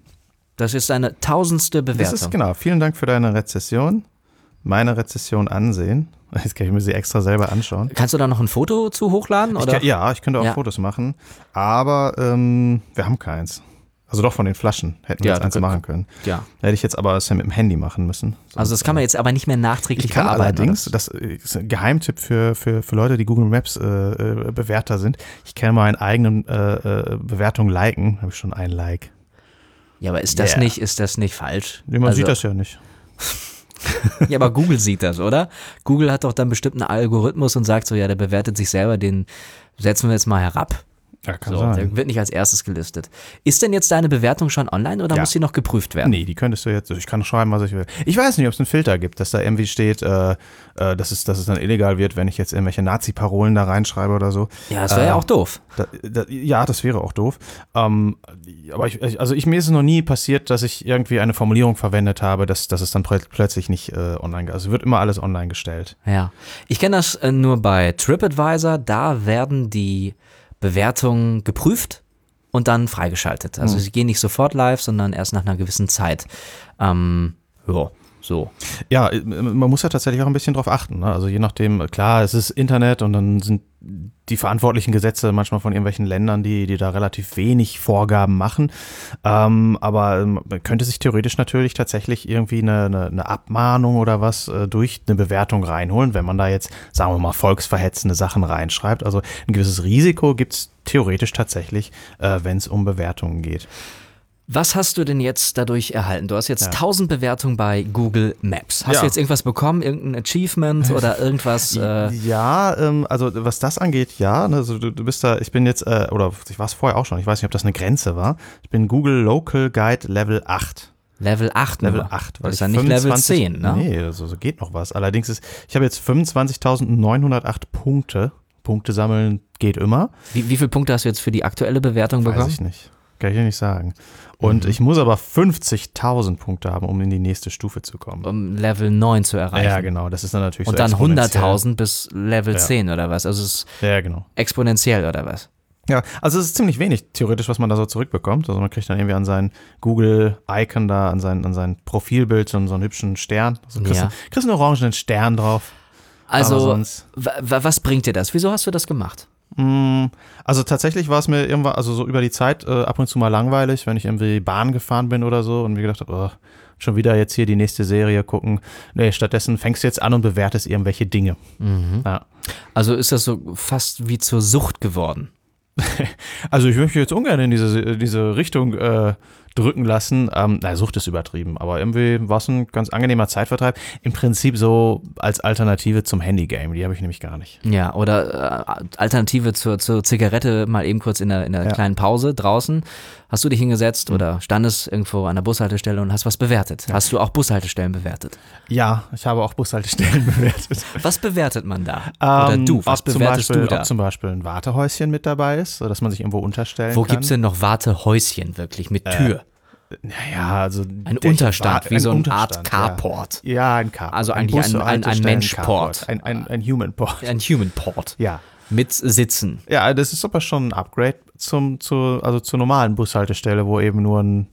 Das ist deine tausendste
Das
Bewertung.
ist genau. Vielen Dank für deine Rezession. Meine Rezession ansehen. Jetzt kann ich mir sie extra selber anschauen.
Kannst du da noch ein Foto zu hochladen?
Ich
Oder?
kann, ja, ich könnte auch
Ja.
Fotos machen, aber ähm, wir haben keins. Also doch von den Flaschen hätten wir
Ja,
jetzt eins
du-
machen können.
Ja.
Hätte ich jetzt aber es ja mit dem Handy machen müssen. So.
Also das kann man jetzt aber nicht mehr nachträglich
ich kann
bearbeiten.
allerdings, das äh, ist ein Geheimtipp für, für, für Leute, die Google Maps äh, äh, Bewerter sind. Ich kann meinen eigenen äh, äh, Bewertung liken. Habe ich schon einen Like.
oder? Ja, aber ist das
Yeah.
nicht, ist das nicht falsch?
Nee, man
Also-
sieht das ja nicht.
Ja, aber Google sieht das, oder? Google hat doch dann bestimmt einen Algorithmus und sagt so, ja, der bewertet sich selber, den setzen wir jetzt mal herab.
Ja, kann
So, der wird nicht als erstes gelistet. Ist denn jetzt deine Bewertung schon online oder
Ja.
muss sie noch geprüft werden?
Nee, die könntest du jetzt. Ich kann schreiben, was ich will. Ich weiß nicht, ob es einen Filter gibt, dass da irgendwie steht, äh, äh, dass, es, dass es dann illegal wird, wenn ich jetzt irgendwelche Nazi-Parolen da reinschreibe oder so.
Ja, das wäre ja
Ähm,
auch doof.
Da, da, ja, das wäre auch doof. Ähm, aber ich, ich- also ich, mir ist es noch nie passiert, dass ich irgendwie eine Formulierung verwendet habe, dass, dass es dann plö- plötzlich nicht äh, online geht. Also es wird immer alles online gestellt.
Ja. Ich kenne das äh, nur bei TripAdvisor, da werden die Bewertungen geprüft und dann freigeschaltet.
Hm.
Also sie gehen nicht sofort live, sondern erst nach einer gewissen Zeit. Ähm, ja, so.
Ja, äh, man muss ja tatsächlich auch ein bisschen drauf achten. Ne? Also je nachdem, klar, es ist Internet und dann sind die verantwortlichen Gesetze manchmal von irgendwelchen Ländern, die, die da relativ wenig Vorgaben machen. Ähm, aber ähm, man könnte sich theoretisch natürlich tatsächlich irgendwie eine, eine, eine Abmahnung oder was äh, durch eine Bewertung reinholen, wenn man da jetzt, sagen wir mal, volksverhetzende Sachen reinschreibt. Also ein gewisses Risiko gibt es theoretisch tatsächlich, äh, wenn es um Bewertungen geht.
Was hast du denn jetzt dadurch erhalten? Du hast jetzt 1000 Bewertungen bei Google Maps. Hast
Ja.
du jetzt irgendwas bekommen, irgendein Achievement oder irgendwas? Äh,
Ja, ähm, also was das angeht, ja. Ne, also du, du bist da, ich bin jetzt, äh, oder ich war es vorher auch schon, ich weiß nicht, ob das eine Grenze war. Ich bin Google Local Guide Level 8.
Level 8.
Level
nur.
8.
Das ist
ich
ja nicht Level 10, ne?
Nee, also so geht noch was. Allerdings ist, ich habe jetzt 25.908 Punkte. Punkte sammeln geht immer.
Wie, wie viele Punkte hast du jetzt für die aktuelle Bewertung
Weiß
bekommen? Mhm.
ich nicht. Kann ich dir nicht sagen. Und ich muss aber 50.000 Punkte haben, um in die nächste Stufe zu kommen.
Um Level 9 zu erreichen.
Ja, genau. Das ist dann natürlich
Und
so
dann
exponentiell.
100.000 bis Level 10 oder was? Also es ist
Ja, genau.
exponentiell oder was?
Ja, also es ist ziemlich wenig theoretisch, was man da so zurückbekommt. Also man kriegt dann irgendwie an sein Google-Icon da, an sein, an sein Profilbild so einen, so einen hübschen Stern. Also kriegst,
Ja.
einen, kriegst einen orangenen Stern drauf. Aber
Also,
sonst-
wa- wa- was bringt dir das? Wieso hast du das gemacht?
Also tatsächlich war es mir irgendwann, also so über die Zeit äh, ab und zu mal langweilig, wenn ich irgendwie Bahn gefahren bin oder so und mir gedacht habe, oh, schon wieder jetzt hier die nächste Serie gucken. Nee, stattdessen fängst du jetzt an und bewertest irgendwelche Dinge. Ja.
Also ist das so fast wie zur Sucht geworden.
Also ich möchte jetzt ungern in diese, diese Richtung äh, drücken lassen. Ähm, na, Sucht ist übertrieben, aber irgendwie war es ein ganz angenehmer Zeitvertreib. Im Prinzip so als Alternative zum Handygame. Die habe ich nämlich gar nicht.
Ja, oder äh, Alternative zur, zur Zigarette mal eben kurz in der, in der
Ja. Mhm.
kleinen Pause draußen. Hast du dich hingesetzt oder standest irgendwo an der Bushaltestelle und hast was bewertet? Hast du auch Bushaltestellen bewertet?
Ja, ich habe auch Bushaltestellen bewertet.
Was bewertet man da? oder
Ähm,
du, was
ob zum
bewertest
Beispiel,
du da?
Ob zum Beispiel ein Wartehäuschen mit dabei ist, sodass man sich irgendwo unterstellen
Wo
kann.
gibt's denn noch Wartehäuschen wirklich mit
Äh,
Tür?
Naja, also
ein Unterstand, wie so eine Art Carport.
Ja, ja ein Carport.
Also eigentlich ein- ein- ein
Bushaltestellen-
Menschport.
Carport. Ein, ein, ein Humanport.
Ein Human Port.
Ja.
Mit Sitzen.
Ja, das ist aber schon ein Upgrade zum, zu, also zur normalen Bushaltestelle, wo eben nur ein,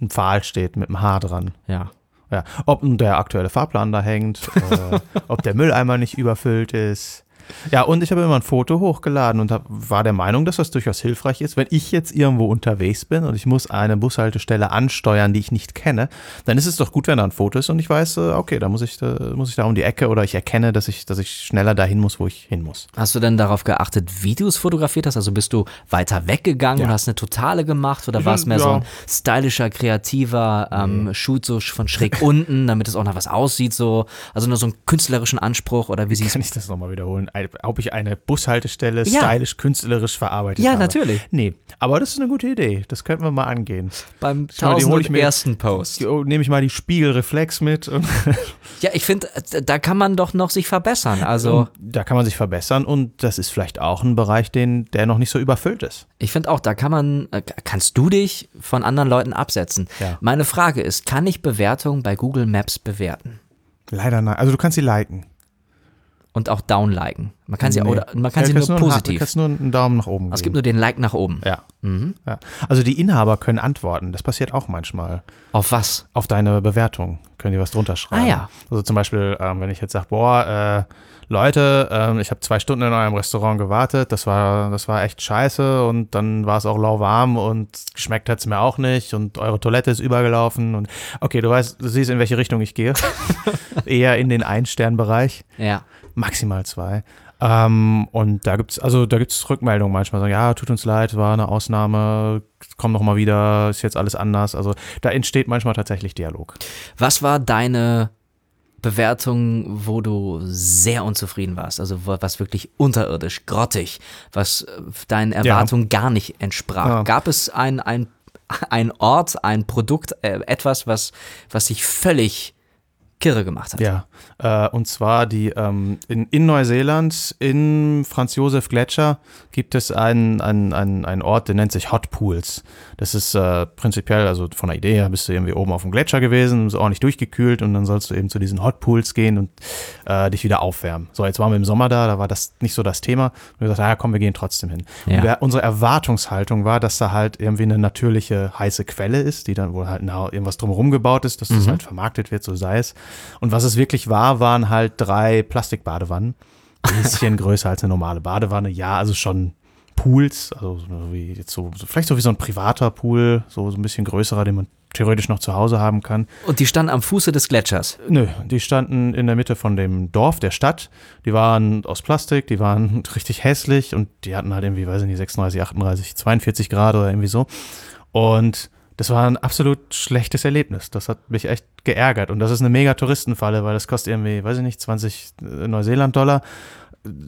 ein Pfahl steht mit einem Haar dran.
Ja.
Ja. Ob nun der aktuelle Fahrplan da hängt, äh, ob der Mülleimer nicht überfüllt ist. Ja, und ich habe immer ein Foto hochgeladen und hab, war der Meinung, dass das durchaus hilfreich ist. Wenn ich jetzt irgendwo unterwegs bin und ich muss eine Bushaltestelle ansteuern, die ich nicht kenne, dann ist es doch gut, wenn da ein Foto ist und ich weiß, äh, okay, da muss ich, da, muss ich da um die Ecke oder ich erkenne, dass ich, dass ich schneller dahin muss, wo ich hin muss.
Hast du denn darauf geachtet, wie du es fotografiert hast? Also bist du weiter weggegangen
Ja.
und hast eine totale gemacht oder war es mehr
ja. Mhm.
so ein stylischer, kreativer ähm, Shoot so sch- von schräg unten, damit es auch nach was aussieht so? Also nur so einen künstlerischen Anspruch oder wie siehst
Kann ich das nochmal wiederholen? Ein- Ob ich eine Bushaltestelle
Ja.
stylisch, künstlerisch verarbeitet
Ja,
habe?
natürlich.
Nee, aber das ist eine gute Idee. Das könnten wir mal angehen.
beim
meine, die hol ich mir-
1001. Post?
Jo, Nehme ich mal die Spiegelreflex mit. Und
Ja, ich finde, da kann man doch noch sich verbessern. Also
da kann man sich verbessern und das ist vielleicht auch ein Bereich, den, der noch nicht so überfüllt ist.
Ich finde auch, da kann man, äh, kannst du dich von anderen Leuten absetzen.
Ja.
Meine Frage ist, kann ich Bewertungen bei Google Maps bewerten
Leider nein. Also du kannst sie liken.
und auch downliken? Man kann sie
Nee.
oder man kann
Ja,
sie
du kannst
nur
einen Ha- Du
positiv.
kannst nur einen Daumen nach oben geben.
Es gibt Mhm. nur den Like nach oben.
ja. ja. Also die Inhaber können antworten. Das passiert auch manchmal.
Auf was?
auf deine Bewertung können die was drunter schreiben.
Ah, ja.
Also zum Beispiel, ähm, wenn ich jetzt sage, boah, äh, Leute, ähm, ich habe zwei Stunden in eurem Restaurant gewartet, das war, das war echt scheiße und dann war es auch lauwarm und geschmeckt hat's mir auch nicht und eure Toilette ist übergelaufen und okay, du weißt, du siehst, in welche Richtung ich gehe. Eher in den Ein-Stern-Bereich,
Ja.
maximal zwei. Ähm, und da gibt's, also da gibt's Rückmeldungen manchmal, sagen, ja, tut uns leid, war eine Ausnahme, komm noch mal wieder, ist jetzt alles anders. Also da entsteht manchmal tatsächlich Dialog.
Was war deine Bewertung, wo du sehr unzufrieden warst? Also wo- was wirklich unterirdisch, grottig, was äh, deinen Erwartungen gar nicht entsprach?
Ja.
Gab es ein, ein, ein Ort, ein Produkt, äh, etwas, was, was dich völlig kirre gemacht hat?
Ja, äh, und zwar die ähm, in, in Neuseeland, in Franz Josef Gletscher, gibt es einen, einen, einen, einen Ort, der nennt sich Hot Pools. Das ist äh, prinzipiell, also von der Idee her, bist du irgendwie oben auf dem Gletscher gewesen, bist ordentlich durchgekühlt und dann sollst du eben zu diesen Hot Pools gehen und äh, dich wieder aufwärmen. So, jetzt waren wir im Sommer da, da war das nicht so das Thema. Und wir gesagt, naja, komm, wir gehen trotzdem hin.
Ja.
Und wir, unsere Erwartungshaltung war, dass da halt irgendwie eine natürliche heiße Quelle ist, die dann wohl halt na, irgendwas drumherum gebaut ist, dass das halt vermarktet wird, so sei es. Und was es wirklich war, waren halt drei Plastikbadewannen. Ein bisschen größer als eine normale Badewanne. Ja, also schon Pools, also so wie jetzt so, so, vielleicht so wie so ein privater Pool, so, so ein bisschen größerer, den man theoretisch noch zu Hause haben kann.
Und die standen am Fuße des Gletschers.
Nö, die standen in der Mitte von dem Dorf, der Stadt. Die waren aus Plastik, die waren richtig hässlich und die hatten halt irgendwie, weiß ich nicht, 36, 38, 42 Grad oder irgendwie so. Und das war ein absolut schlechtes Erlebnis. Das hat mich echt geärgert. Und das ist eine mega Touristenfalle, weil das kostet irgendwie, weiß ich nicht, 20 Neuseeland-Dollar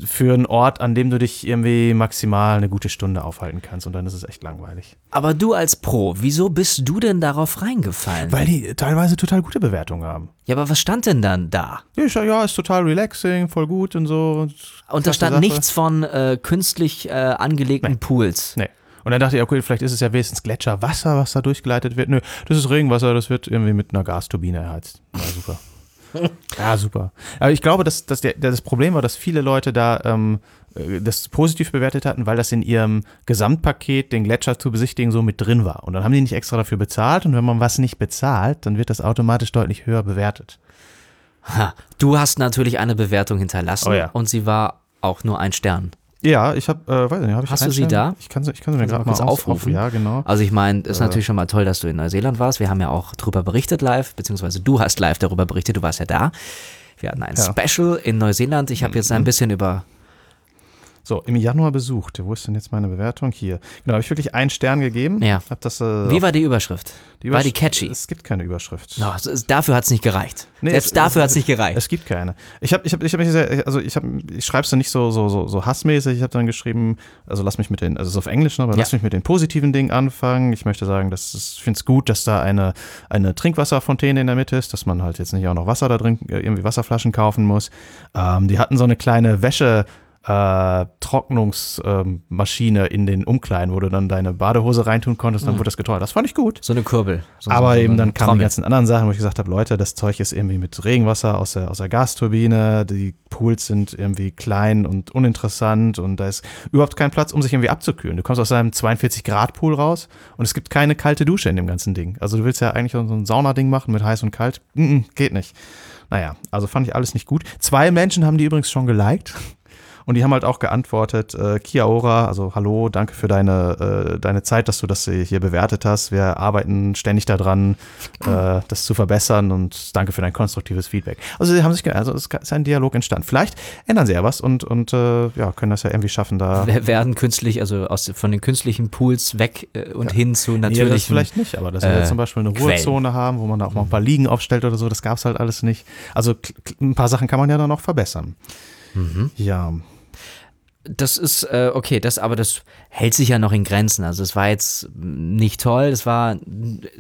für einen Ort, an dem du dich irgendwie maximal eine gute Stunde aufhalten kannst. Und dann ist es echt langweilig.
Aber du als Pro, wieso bist du denn darauf reingefallen?
Weil die teilweise total gute Bewertungen haben.
ja, aber was stand denn dann da?
Ja, ich sag, ja, ist total relaxing, voll gut und so.
Und da
Klasse
stand
Sache.
nichts von äh, künstlich äh, angelegten Pools.
Nee. Und dann dachte ich, okay, vielleicht ist es ja wenigstens Gletscherwasser, was da durchgeleitet wird. Nö, das ist Regenwasser, das wird irgendwie mit einer Gasturbine erheizt. Ja, super. ja, super. Aber ich glaube, dass, dass der, das Problem war, dass viele Leute da ähm, äh, das positiv bewertet hatten, weil das in ihrem Gesamtpaket, den Gletscher zu besichtigen, so mit drin war. Und dann haben die nicht extra dafür bezahlt. Und wenn man was nicht bezahlt, dann wird das automatisch deutlich höher bewertet.
Ha, du hast natürlich eine Bewertung hinterlassen
Oh ja.
und sie war auch nur ein Stern.
Ja, ich habe, äh, weiß nicht, habe ich
Hast du sie
einstellen?
da?
Ich kann, sie- ich kann sie mir
Kannst du
gerade
mal
mal
kurz
aus-
aufrufen?
Auf, ja, genau.
Also ich meine, ist natürlich schon mal toll, dass du in Neuseeland warst. Wir haben ja auch drüber berichtet live, beziehungsweise du hast live darüber berichtet, du warst ja da. Wir hatten ein
Ja. Mhm.
Special in Neuseeland. Ich habe jetzt ein bisschen über
So, im Januar besucht. Wo ist denn jetzt meine Bewertung? Hier. Genau, habe ich wirklich einen Stern gegeben.
Ja.
Hab das, äh,
Wie war die Überschrift?
die
war
Übersch-
die catchy?
Es gibt keine Überschrift.
No, es ist- dafür hat's nicht gereicht.
Nee,
Selbst
es-
dafür
es-
hat's nicht gereicht.
Es gibt keine. Ich habe, ich habe, ich habe mich sehr, also ich habe, ich schreibe es dann nicht so, so, so, so hassmäßig. Ich habe dann geschrieben, also lass mich mit den, also es ist auf Englisch, ne, aber
Ja.
lass mich mit den positiven Dingen anfangen. Ich möchte sagen, dass es, ich finde es gut, dass da eine, eine Trinkwasserfontäne in der Mitte ist, dass man halt jetzt nicht auch noch Wasser da drin, äh, irgendwie Wasserflaschen kaufen muss. Ähm, die hatten so eine kleine Wäsche. Äh, Trocknungsmaschine ähm, in den Umkleiden, wo du dann deine Badehose reintun konntest, dann wurde das getrocknet. Das fand ich gut.
so eine Kurbel. So,
Aber
so, so
eben
eine
dann kamen die
Trommel.
ganzen anderen Sachen, wo ich gesagt habe, Leute, das Zeug ist irgendwie mit Regenwasser aus der, aus der Gasturbine, die Pools sind irgendwie klein und uninteressant und da ist überhaupt kein Platz, um sich irgendwie abzukühlen. Du kommst aus einem 42-Grad-Pool raus und es gibt keine kalte Dusche in dem ganzen Ding. Also du willst ja eigentlich so ein Saunading machen mit heiß und kalt. Mm -mm, geht nicht. Naja, also fand ich alles nicht gut. Zwei Menschen haben die übrigens schon geliked. Und die haben halt auch geantwortet, äh, Kia Ora, also hallo, danke für deine, äh, deine Zeit, dass du das hier bewertet hast. Wir arbeiten ständig daran, äh, das zu verbessern und danke für dein konstruktives Feedback. Also sie haben sich, ge- also es ist ein Dialog entstanden. Vielleicht ändern sie ja was und, und äh, ja, können das ja irgendwie schaffen, da
Wir werden künstlich, also aus, von den künstlichen Pools weg äh, und hin zu
Ja, das
natürlich.
vielleicht nicht, aber dass wir
äh,
jetzt zum Beispiel eine
Quellen. Mhm.
Ruhezone haben, wo man da auch mal ein paar Liegen aufstellt oder so, das gab es halt alles nicht. Also kl- kl- ein paar Sachen kann man ja dann auch verbessern.
Mhm.
Ja,
das ist äh, okay, das aber das hält sich ja noch in Grenzen. Also es war jetzt nicht toll, das war,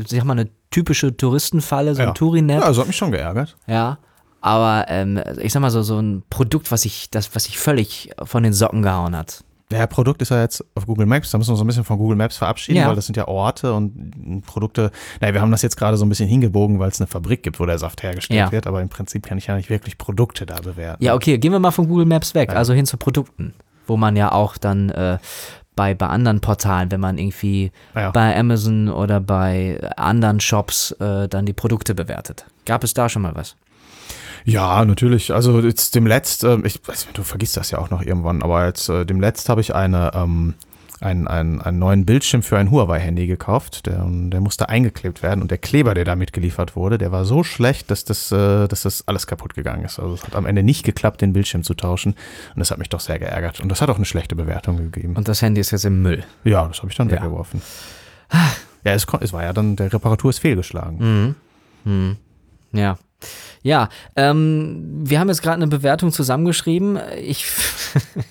sag mal, eine typische Touristenfalle, so ein
ja.
Tourinap.
Ja, also hat mich schon geärgert.
Ja. Aber ähm, ich sag mal so, so ein Produkt, was ich, das, was ich völlig von den Socken gehauen hat.
Ja, Produkt ist ja jetzt auf Google Maps, da müssen wir uns so ein bisschen von Google Maps verabschieden,
Ja.
weil das sind ja Orte und Produkte. Naja, wir haben das jetzt gerade so ein bisschen hingebogen, weil es eine Fabrik gibt, wo der Saft hergestellt
Ja.
wird, aber im Prinzip kann ich ja nicht wirklich Produkte da bewerten.
Ja, okay, gehen wir mal von Google Maps weg, also hin zu Produkten, wo man ja auch dann äh, bei, bei anderen Portalen, wenn man irgendwie
Ja.
bei Amazon oder bei anderen Shops äh, dann die Produkte bewertet. Gab es da schon mal was?
Ja, natürlich. Also jetzt dem Letzt, ähm, ich weiß, du vergisst das ja auch noch irgendwann, aber jetzt äh, dem Letzt habe ich eine, ähm, einen, einen, einen neuen Bildschirm für ein Huawei-Handy gekauft. Der, der musste eingeklebt werden und der Kleber, der da mitgeliefert wurde, der war so schlecht, dass das, äh, dass das alles kaputt gegangen ist. Also es hat am Ende nicht geklappt, den Bildschirm zu tauschen und das hat mich doch sehr geärgert. Und das hat auch eine schlechte Bewertung gegeben.
Und das Handy ist jetzt im Müll.
ja, das habe ich dann
Ja.
weggeworfen. Ja, es, kon- es war ja dann, der Reparatur ist fehlgeschlagen.
Mhm. Ja. Ja, ähm, wir haben jetzt gerade eine Bewertung zusammengeschrieben. Ich,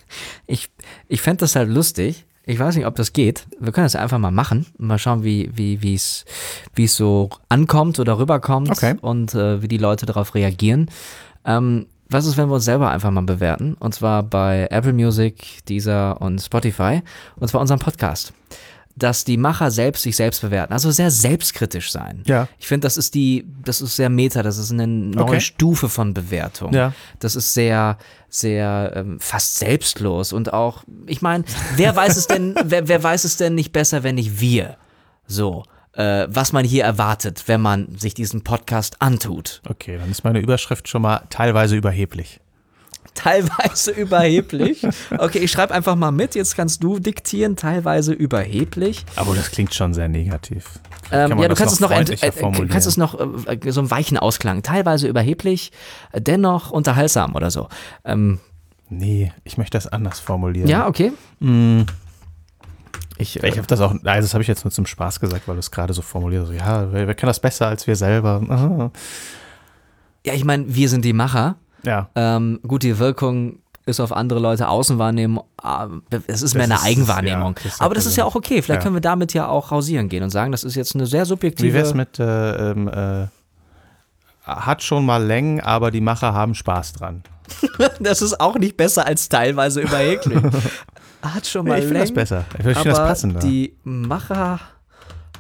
ich, ich fände das halt lustig. Ich weiß nicht, ob das geht. Wir können das einfach mal machen. Mal schauen, wie wie wie es wie es so ankommt oder rüberkommt
Okay.
und äh, wie die Leute darauf reagieren. Ähm, was ist, wenn wir uns selber einfach mal bewerten? Und zwar bei Apple Music, Deezer und Spotify. Und zwar unseren Podcast. Dass die Macher selbst sich selbst bewerten. Also sehr selbstkritisch sein.
Ja.
Ich finde, das ist die, das ist sehr Meta, das ist eine neue
Okay.
Stufe von Bewertung.
Ja.
Das ist sehr, sehr ähm, fast selbstlos und auch, ich meine, wer weiß es denn, wer, wer weiß es denn nicht besser, wenn nicht wir? So, äh, was man hier erwartet, wenn man sich diesen Podcast antut.
Okay, dann ist meine Überschrift schon mal teilweise überheblich.
Teilweise überheblich. Okay, ich schreibe einfach mal mit, jetzt kannst du diktieren, teilweise überheblich.
Aber das klingt schon sehr negativ.
Ähm, ja, du kannst es noch, ent-
freundlicher
äh, äh, kannst es noch äh, so einen weichen Ausklang, teilweise überheblich, äh, dennoch unterhaltsam oder so. Ähm,
nee, ich möchte das anders formulieren.
ja. okay. Ich, äh,
Ich habe das auch, also das habe ich jetzt nur zum Spaß gesagt, weil du es gerade so formulierst. So, ja, wer, wer kann das besser als wir selber? Aha.
ja, ich meine, wir sind die Macher.
Ja.
Ähm, gut, die Wirkung ist auf andere Leute Außenwahrnehmung. ähm, Es ist mehr eine
ist-
Eigenwahrnehmung.
ja, das ist
Aber das ist ja auch okay. Vielleicht
Ja.
können wir damit ja auch hausieren gehen und sagen, das ist jetzt eine sehr subjektive.
Wie wär's mit, äh, ähm, äh, hat schon mal Längen, aber die Macher haben Spaß dran.
Das ist auch nicht besser als teilweise überheblich. Hat schon mal
ich finde das
Längen.
besser. Ich finde das
aber
passender.
Die Macher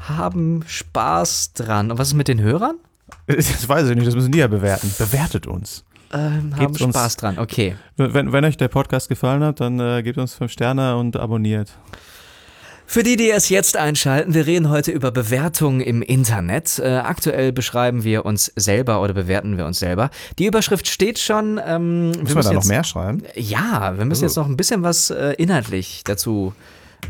haben Spaß dran. Und was ist mit den Hörern?
das weiß ich nicht, das müssen die ja bewerten. Bewertet uns.
Ähm, haben
Gebt uns-
Spaß dran. Okay.
Wenn, wenn euch der Podcast gefallen hat, dann äh, gebt uns fünf Sterne und abonniert.
Für die, die es jetzt einschalten, wir reden heute über Bewertungen im Internet. Äh, aktuell beschreiben wir uns selber oder bewerten wir uns selber. Die Überschrift steht schon. Ähm,
Müssen wir da noch
jetzt,
mehr Oh. schreiben?
Ja, wir müssen jetzt noch ein bisschen was äh, inhaltlich dazu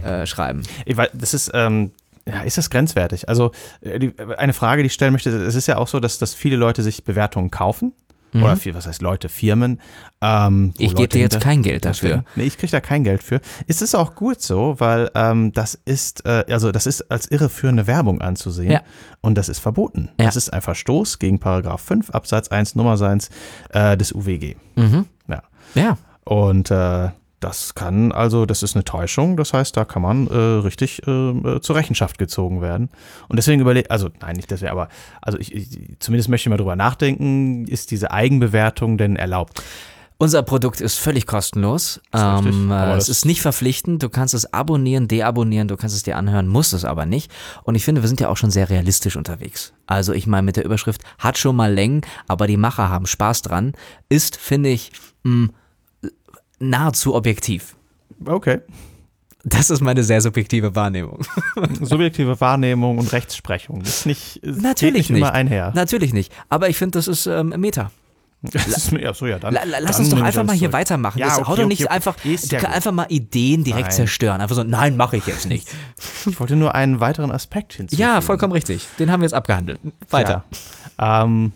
äh, schreiben.
Ich weiß, das ist, ähm, ja, ist das äh, grenzwertig? Also äh, die, eine Frage, die ich stellen möchte, es ist ja auch so, dass, dass viele Leute sich Bewertungen kaufen Oder viel, was heißt Leute, Firmen. Ähm, wo
Mhm. Ich gebe
Leute
dir jetzt
hinter-
kein Geld dafür.
Dafür. Nee, ich kriege da kein Geld für. Es ist auch gut so, weil ähm, das ist, äh, also das ist als irreführende Werbung anzusehen.
Ja.
Und das ist verboten.
Ja.
Das ist ein Verstoß gegen Paragraph 5 Absatz 1 Nummer 1 äh, des UWG.
Mhm.
Ja.
Ja.
Und äh, das kann, also das ist eine Täuschung, das heißt, da kann man äh, richtig äh, äh, zur Rechenschaft gezogen werden. Und deswegen überlegt, also nein, nicht deswegen, aber also ich, ich zumindest möchte ich mal drüber nachdenken, ist diese Eigenbewertung denn erlaubt?
Unser Produkt ist völlig kostenlos.
richtig.
ähm,
Aber
äh, es
das-
ist nicht verpflichtend. Du kannst es abonnieren, deabonnieren, du kannst es dir anhören, musst es aber nicht. Und ich finde, wir sind ja auch schon sehr realistisch unterwegs. Also ich meine, mit der Überschrift hat schon mal Längen, aber die Macher haben Spaß dran, ist, finde ich, mh, nahezu objektiv.
Okay.
Das ist meine sehr subjektive Wahrnehmung.
Subjektive Wahrnehmung und Rechtsprechung. Das ist nicht, es geht
Natürlich
nicht,
nicht.
immer einher.
Natürlich nicht. Aber ich finde, das ist ähm, Meta.
Das ist mir- ach so, ja, dann,
La- la- Lass
dann
uns doch
nehme ich
einfach
alles
mal hier
zurück.
weitermachen.
Ja,
das,
okay,
hau doch nicht
okay, okay.
einfach,
Ist
du
ja
kann
gut.
einfach mal Ideen direkt
Nein.
zerstören. Einfach so, nein, mache ich jetzt nicht.
Ich wollte nur einen weiteren Aspekt hinzufügen.
Ja, vollkommen richtig. Den haben wir jetzt abgehandelt. Weiter.
Ja. Ähm,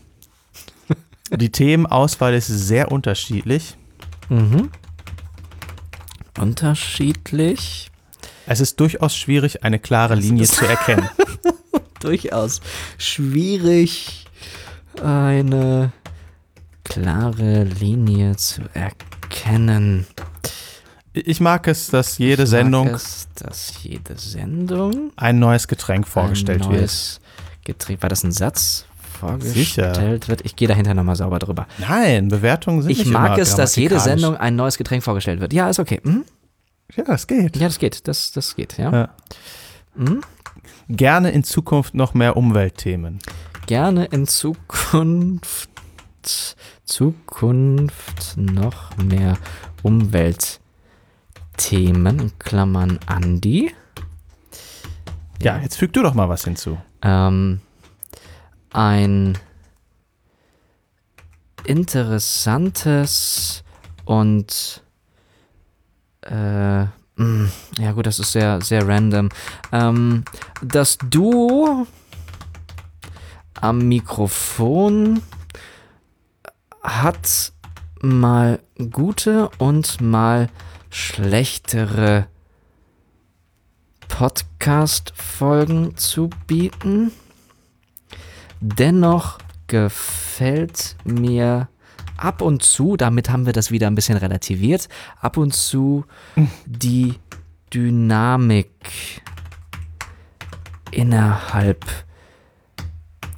die Themenauswahl ist sehr unterschiedlich.
Unterschiedlich.
Es ist durchaus schwierig, eine klare Linie zu erkennen.
Durchaus schwierig, eine klare Linie zu erkennen.
Ich mag es, dass jede
Ich mag
Sendung
Es, dass jede Sendung
ein neues Getränk vorgestellt
ein
wird.
neues Getränk. War das ein Satz? Vorgestellt
Sicher.
wird. Ich gehe dahinter nochmal sauber drüber.
Nein, Bewertungen sind
Ich
nicht
mag
immer
es, dass jede
grammatikalisch.
Sendung ein neues Getränk vorgestellt wird. Ja, ist okay. Hm?
Ja, das geht.
Ja, das geht. Das, das geht, ja.
Ja. Gerne in Zukunft noch mehr Umweltthemen.
gerne in Zukunft, Zukunft noch mehr Umweltthemen, in Klammern Andi.
Ja, jetzt füg du doch mal was hinzu.
Ähm, ein interessantes und äh, mh, ja gut, das ist sehr, sehr random. Ähm, das Duo am Mikrofon hat mal gute und mal schlechtere Podcast-Folgen zu bieten. Dennoch gefällt mir ab und zu, damit haben wir das wieder ein bisschen relativiert, ab und zu die Dynamik innerhalb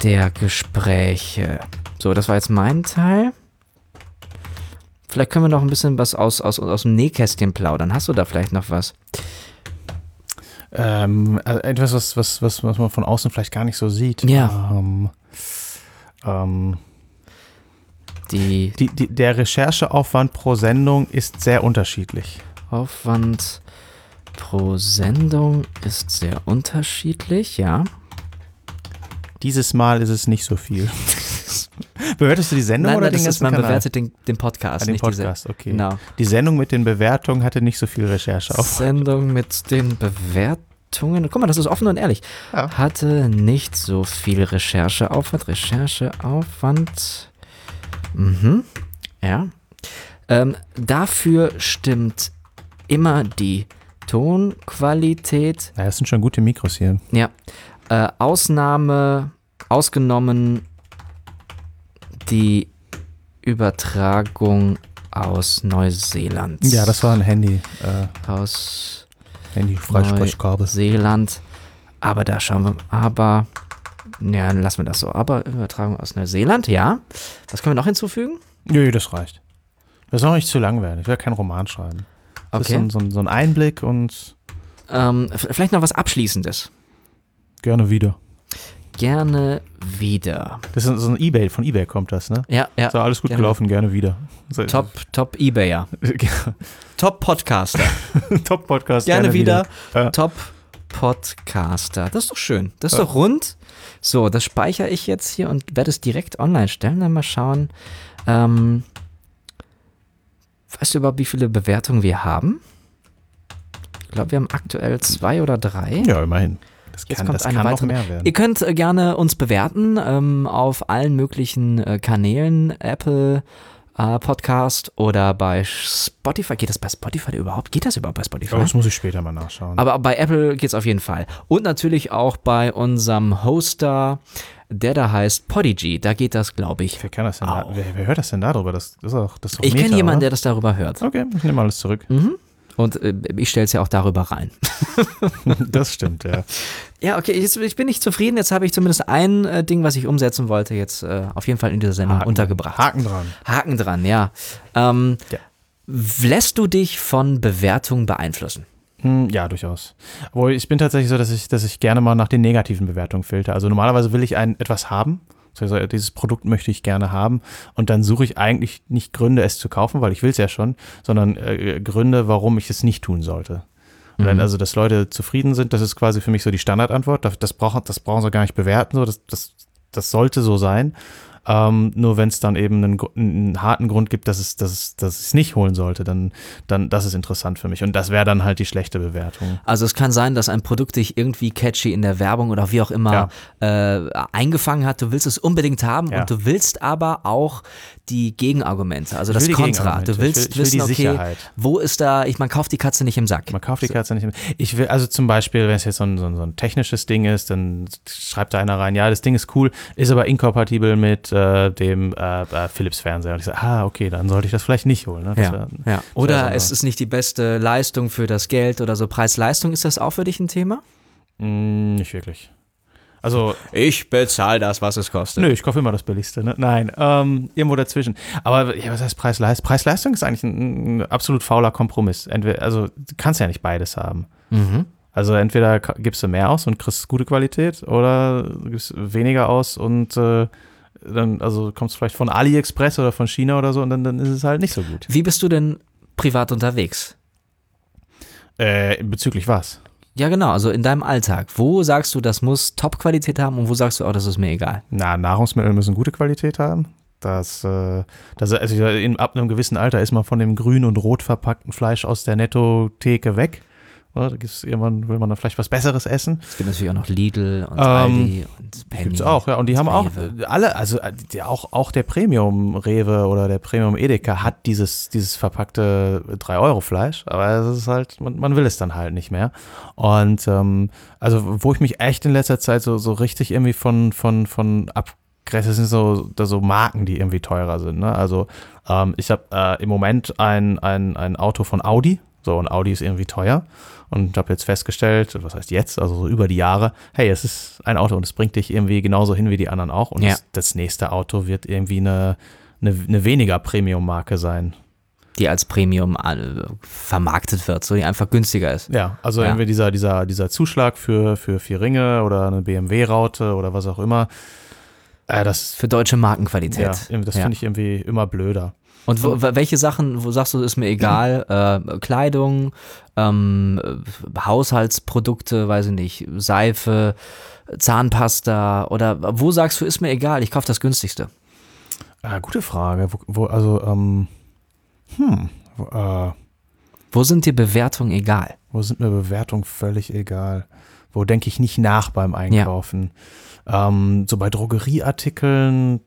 der Gespräche. So, das war jetzt mein Teil. Vielleicht können wir noch ein bisschen was aus, aus, aus dem Nähkästchen plaudern. Hast du da vielleicht noch was?
Ähm, also etwas, was, was, was, was man von außen vielleicht gar nicht so sieht.
Ja.
Ähm, ähm,
Die
die, die, der Rechercheaufwand pro Sendung ist sehr unterschiedlich.
Aufwand pro Sendung ist sehr unterschiedlich, ja.
Dieses Mal ist es nicht so viel. Bewertest du die Sendung
Nein,
oder
nein,
den
das ist,
ganzen
man
Kanal?
bewertet den, den Podcast,
Ah, den
nicht
Podcast,
diese.
okay.
Genau.
Die Sendung mit den Bewertungen hatte nicht so viel Recherche auf.
Sendung mit den Bewertungen. Guck mal, das ist offen und ehrlich.
Ja.
Hatte nicht so viel Rechercheaufwand. Rechercheaufwand. Mhm. Ja. Ähm, dafür stimmt immer die Tonqualität.
Na, das sind schon gute Mikros hier.
Ja. Äh, Ausnahme, ausgenommen die Übertragung aus Neuseeland.
Ja, das war ein Handy. Äh,
aus
Handy-Freisprechkabel.
Neuseeland. Aber da schauen wir. Aber. Ja, dann lassen wir das so. Aber Übertragung aus Neuseeland, ja. Was können wir noch hinzufügen?
Nö, das reicht. Das soll nicht zu lang werden. Ich will keinen Roman schreiben. Das ist so,
Okay.
ein- so, ein- so ein Einblick und
Ähm, v- vielleicht noch was Abschließendes.
gerne wieder.
Gerne wieder.
Das ist so ein Ebay, von Ebay kommt das, ne?
Ja, ja.
So, alles gut
Gerne.
gelaufen, gerne wieder. So,
Top, top Ebayer. Top Podcaster.
Top Podcast.
Gerne
wieder. Ja.
Top Podcaster. Das ist doch schön. Das ist doch rund. So, das speichere ich jetzt hier und werde es direkt online stellen. Dann mal schauen. Ähm, weißt du überhaupt, wie viele Bewertungen wir haben? Ich glaube, wir haben aktuell zwei oder drei.
Ja, immerhin. Das
Jetzt
kann,
kommt
das
eine
kann noch
weitere.
mehr werden.
Ihr könnt äh, gerne uns bewerten ähm, auf allen möglichen äh, Kanälen, Apple äh, Podcast oder bei Spotify. Geht das bei Spotify überhaupt? Geht das überhaupt bei Spotify?
Oh, das muss ich später mal nachschauen.
Aber bei Apple geht's auf jeden Fall. Und natürlich auch bei unserem Hoster, der da heißt Podigy. Da geht das, glaube ich.
wer, kann das denn
Au.
da, wer, wer hört das denn darüber? Das, das ist doch, das ist doch
Ich
Meta,
kenne jemanden,
oder?
der Mhm. das darüber hört.
Okay, ich nehme alles zurück.
Und äh, ich stelle es ja auch darüber rein.
Das stimmt, ja.
Ja, okay, jetzt, ich bin nicht zufrieden. Jetzt habe ich zumindest ein äh, Ding, was ich umsetzen wollte, jetzt äh, auf jeden Fall in dieser Sendung untergebracht.
Haken dran.
Haken dran, ja. Ähm,
Ja.
Lässt du dich von Bewertungen beeinflussen?
Hm, Ja, durchaus. Obwohl ich bin tatsächlich so, dass ich, dass ich gerne mal nach den negativen Bewertungen filter. Also normalerweise will ich ein etwas haben. Also dieses Produkt möchte ich gerne haben. Und dann suche ich eigentlich nicht Gründe, es zu kaufen, weil ich will es ja schon, sondern äh, Gründe, warum ich es nicht tun sollte. Und dann, also, dass Leute zufrieden sind, das ist quasi für mich so die Standardantwort. Das, das, brauchen, das brauchen sie gar nicht bewerten. So. Das, das, das sollte so sein. Ähm, nur wenn es dann eben einen, Gru- einen harten Grund gibt, dass es, dass es, dass ich es nicht holen sollte, dann, dann das ist interessant für mich. Und das wäre dann halt die schlechte Bewertung.
Also es kann sein, dass ein Produkt dich irgendwie catchy in der Werbung oder wie auch immer äh, eingefangen hat. Du willst es unbedingt haben
Ja.
und du willst aber auch die Gegenargumente, also
will
das
die
Kontra. Du
Gegenargumente.
willst
Ich will- ich will
wissen,
die
okay,
Sicherheit.
wo ist da, ich man kauft die Katze nicht im Sack.
Man kauft die Katze nicht. Ich will, also zum Beispiel, wenn es jetzt so ein, so, ein, so ein technisches Ding ist, dann schreibt da einer rein, ja, das Ding ist cool, ist aber inkompatibel mit äh, dem äh, äh, Philips-Fernseher. Und ich sage, ah, okay, dann sollte ich das vielleicht nicht holen. Ne? Das
Ja,
wär-
ja.
das wär so
Oder
eine-
es ist nicht die beste Leistung für das Geld oder so. Preis-Leistung, ist das auch für dich ein Thema?
Mm, nicht wirklich. Also,
Ich bezahle das, was es kostet.
nö, ich kaufe immer das Billigste. Ne? Nein, ähm, irgendwo dazwischen. Aber ja, was heißt Preis-Leistung? Preis-Leistung ist eigentlich ein, ein absolut fauler Kompromiss. Entweder, also, du kannst ja nicht beides haben.
Mhm.
Also, entweder ka- gibst du mehr aus und kriegst gute Qualität oder du gibst weniger aus und äh, dann, also kommst du vielleicht von AliExpress oder von China oder so und dann, dann ist es halt nicht so gut.
Wie bist du denn privat unterwegs?
Äh, bezüglich was?
Ja, genau, also in deinem Alltag. Wo sagst du, das muss Top-Qualität haben und wo sagst du, oh, das ist mir egal?
Na, Nahrungsmittel müssen gute Qualität haben. Das, äh, das also in, ab einem gewissen Alter ist man von dem grün und rot verpackten Fleisch aus der Netto-Theke weg. Oder? Da gibt's, irgendwann will man dann vielleicht was Besseres essen.
Es gibt natürlich auch noch Lidl und
Ähm,
Aldi und Penny.
Gibt's auch, ja. Und die haben auch
Rewe.
äh, alle, also äh, die, auch, auch der Premium Rewe oder der Premium Edeka hat dieses, dieses verpackte 3-Euro-Fleisch, aber es ist halt, man, man will es dann halt nicht mehr. Und ähm, also wo ich mich echt in letzter Zeit so, so richtig irgendwie von, von, von ab das sind so, da so Marken, die irgendwie teurer sind. Ne? Also ähm, ich habe äh, im Moment ein, ein, ein Auto von Audi. So, und Audi ist irgendwie teuer. Und habe jetzt festgestellt, was heißt jetzt, also so über die Jahre, hey, es ist ein Auto und es bringt dich irgendwie genauso hin wie die anderen auch. Und
Ja.
das, das nächste Auto wird irgendwie eine, eine, eine weniger Premium-Marke sein.
Die als Premium äh, vermarktet wird, so die einfach günstiger ist.
Ja, also
Ja.
entweder dieser, dieser, dieser Zuschlag für, für vier Ringe oder eine BMW-Raute oder was auch immer. Äh, das
Für deutsche
ja,
Markenqualität.
das finde ich irgendwie immer blöder.
Und wo, wa- welche Sachen, wo sagst du, ist mir egal? äh, Kleidung, ähm, äh, Haushaltsprodukte, weiß ich nicht, Seife, Zahnpasta oder wo sagst du, ist mir egal, ich kaufe das günstigste?
Ah, gute Frage. Wo, wo also, ähm, hm, wo, äh,
Wo sind dir Bewertungen egal?
wo sind mir Bewertungen völlig egal? Wo denke ich nicht nach beim Einkaufen? Ähm, so bei Drogerieartikeln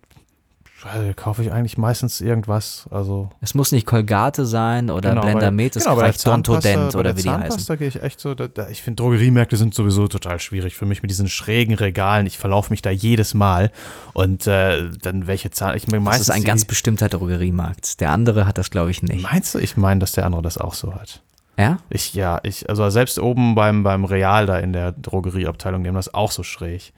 äh, kaufe ich eigentlich meistens irgendwas. Also
Es muss nicht Colgate sein oder
genau, bei-
Blender Med, es
genau, bei der
reicht Dontodent
Zahnpasta- bei der
oder wie die heißen.
Zahnpasta gehe ich echt so. Da, da, ich finde Drogeriemärkte sind sowieso total schwierig für mich mit diesen schrägen Regalen. Ich verlaufe mich da jedes Mal und äh, dann welche Zahn. Ich meine,
Das
meistens
ist ein
die-
ganz bestimmter Drogeriemarkt. Der andere hat das, glaube ich, nicht.
Meinst du? Ich meine, dass der andere das auch so hat.
Ja?
Ich, ja, ich, also selbst oben beim, beim Real da in der Drogerieabteilung, die haben das auch so schräg.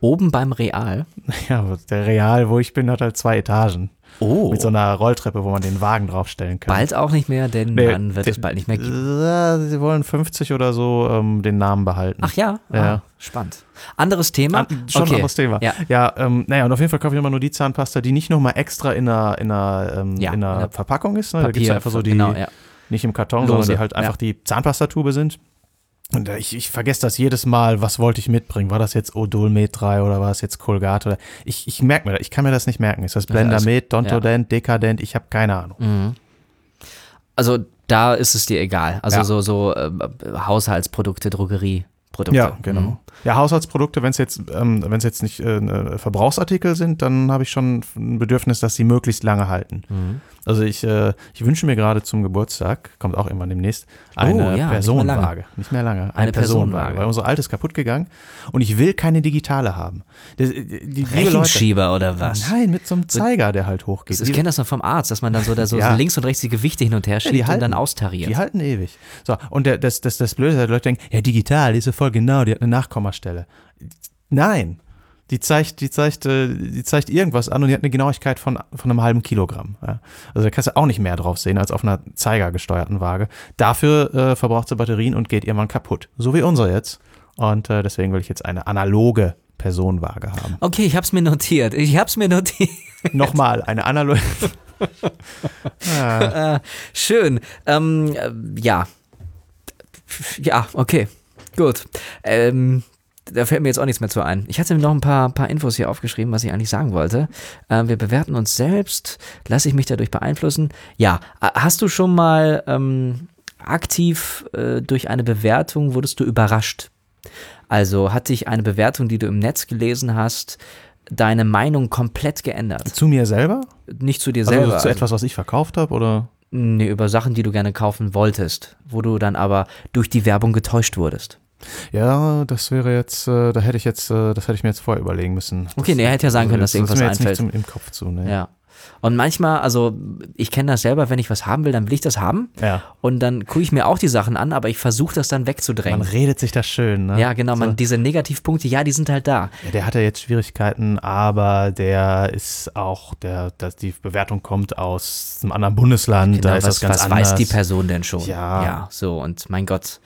Oben beim Real.
Ja, aber der Real, wo ich bin, hat halt zwei Etagen.
Oh.
Mit so einer Rolltreppe, wo man den Wagen draufstellen kann.
Bald auch nicht mehr, denn
Nee,
dann wird
den-
es bald nicht mehr geben.
Ja, Sie wollen 50 oder so ähm, den Namen behalten.
Ach ja?
Ja.
Ah, spannend. Anderes Thema?
An, schon
okay.
ein anderes Thema.
Ja.
ähm, naja, und auf jeden Fall kaufe ich immer nur die Zahnpasta, die nicht nochmal extra in einer, in einer, ähm,
Ja,
in
in
einer
der
Verpackung ist. Ne? Da gibt es
Papier,
einfach so die,
genau, ja.
nicht im Karton,
Lose,
sondern die halt
ja.
einfach die Zahnpastatube sind. Und äh, ich, ich vergesse das jedes Mal, was wollte ich mitbringen? War das jetzt Odol Med 3 oder war das jetzt Colgate? Oder ich ich merke mir das, ich kann mir das nicht merken. Ist das Blender
alles-
Med, Dontodent, Dekadent? Ich habe keine Ahnung.
Also da ist es dir egal. Also
Ja.
so, so äh, Haushaltsprodukte, Drogerieprodukte.
Ja, genau.
Mhm.
Ja, Haushaltsprodukte, wenn es jetzt, ähm, wenn's jetzt nicht äh, äh, Verbrauchsartikel sind, dann habe ich schon ein Bedürfnis, dass sie möglichst lange halten.
Mhm.
Also ich, äh, ich wünsche mir gerade zum Geburtstag, kommt auch irgendwann demnächst, eine
Oh, ja, nicht mehr lange.
Personenwaage. Nicht mehr lange. Eine,
Eine
Personenwaage.
Personenwaage.
Weil unser altes kaputt gegangen und ich will keine digitale haben. Das, äh, die, liebe Leute,
Rechenschieber oder was?
Nein, mit so einem Zeiger, der halt hochgeht.
Ich kenne das noch vom Arzt, dass man dann so, da so
Ja.
links und rechts die Gewichte hin und her schiebt und dann austariert.
Die halten ewig. So, und der, das, das, das Blöde ist, dass Leute denken, ja, digital, die ist ja voll genau, die hat eine Nachkommastelle. Nein. Die zeigt, die, zeigt, äh, die zeigt irgendwas an und die hat eine Genauigkeit von, von einem halben Kilogramm. Ja. Also da kannst du auch nicht mehr drauf sehen als auf einer zeigergesteuerten Waage. Dafür äh, verbraucht sie Batterien und geht irgendwann kaputt. So wie unsere jetzt. Und äh, deswegen will ich jetzt eine analoge Personenwaage haben.
Okay, ich hab's mir notiert. Ich hab's mir notiert.
Nochmal, eine Ah. analoge.
Äh, Schön. Ähm, äh, ja. Ja, okay. Gut. Ähm, da fällt mir jetzt auch nichts mehr zu ein. Ich hatte mir noch ein paar, paar Infos hier aufgeschrieben, was ich eigentlich sagen wollte. Ähm, wir bewerten uns selbst. Lasse ich mich dadurch beeinflussen? Ja. A- Hast du schon mal ähm, aktiv äh, durch eine Bewertung wurdest du überrascht? Also hat dich eine Bewertung, die du im Netz gelesen hast, deine Meinung komplett geändert?
Zu mir selber?
Nicht zu dir
Also
selber.
zu
also-
etwas, was ich verkauft habe? Oder?
Nee, über Sachen, die du gerne kaufen wolltest, wo du dann aber durch die Werbung getäuscht wurdest.
Ja, das wäre jetzt, äh, da hätte ich jetzt, äh, das hätte ich mir jetzt vorher überlegen müssen.
Okay, nee, er hätte ja sagen können, dass
also das
irgendwas
ist mir jetzt
einfällt.
Nicht zum, im Kopf zu, ne?
Ja. Und manchmal, also ich kenne das selber, wenn ich was haben will, dann will ich das haben.
Ja.
Und dann gucke ich mir auch die Sachen an, aber ich versuche das dann
Man
wegzudrängen.
redet sich das schön, ne?
Ja, genau, man, diese Negativpunkte, ja, die sind halt da.
Ja, der hat ja jetzt Schwierigkeiten, aber der ist auch, der, dass die Bewertung kommt aus einem anderen Bundesland, da
Genau,
ist
was
das ganz
was
anders.
weiß die Person denn schon?
Ja.
ja, so, und mein Gott,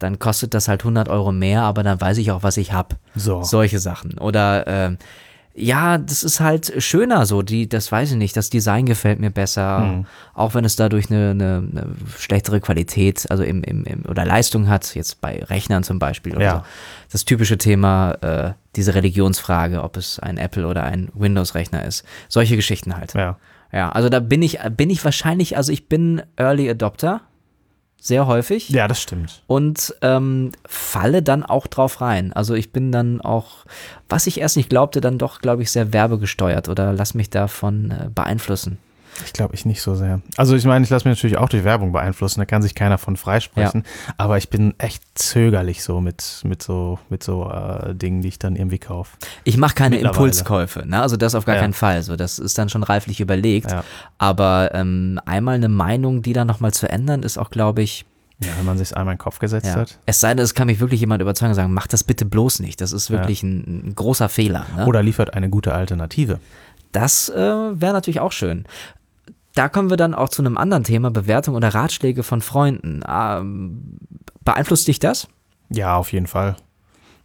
dann kostet das halt 100 Euro mehr, aber dann weiß ich auch, was ich habe.
So.
Solche Sachen. Oder ähm, ja, das ist halt schöner so. Die, das weiß ich nicht. Das Design gefällt mir besser,
Hm.
auch wenn es dadurch eine, eine, eine schlechtere Qualität, also im, im, im oder Leistung hat. Jetzt bei Rechnern zum Beispiel. Oder
Ja.
so. Das typische Thema, äh, diese Religionsfrage, ob es ein Apple oder ein Windows-Rechner ist. Solche Geschichten halt.
Ja.
Ja, also da bin ich, bin ich wahrscheinlich, also ich bin Early Adopter, sehr häufig
ja, das stimmt.
und ähm, falle dann auch drauf rein. Also ich bin dann auch, was ich erst nicht glaubte, dann doch, glaube ich, sehr werbegesteuert oder lass mich davon äh, beeinflussen.
Ich glaube, ich nicht so sehr. Also ich meine, ich lasse mich natürlich auch durch Werbung beeinflussen, da kann sich keiner von freisprechen. Aber ich bin echt zögerlich so mit, mit so, mit so äh, Dingen, die ich dann irgendwie kaufe.
Ich mache keine
Mittlerweile.
Impulskäufe, ne? also das auf gar
Ja.
keinen Fall. So, das ist dann schon reiflich überlegt.
Ja.
Aber ähm, einmal eine Meinung, die dann nochmal zu ändern, ist auch, glaube ich,
Ja, wenn man sich einmal in den Kopf gesetzt
ja.
hat.
es sei denn, es kann mich wirklich jemand überzeugen und sagen, mach das bitte bloß nicht. Das ist wirklich ein, ein großer Fehler. Ne?
Oder liefert eine gute Alternative.
Das äh, wäre natürlich auch schön. Da kommen wir dann auch zu einem anderen Thema, Bewertung oder Ratschläge von Freunden. Ähm, beeinflusst dich das?
Ja, auf jeden Fall.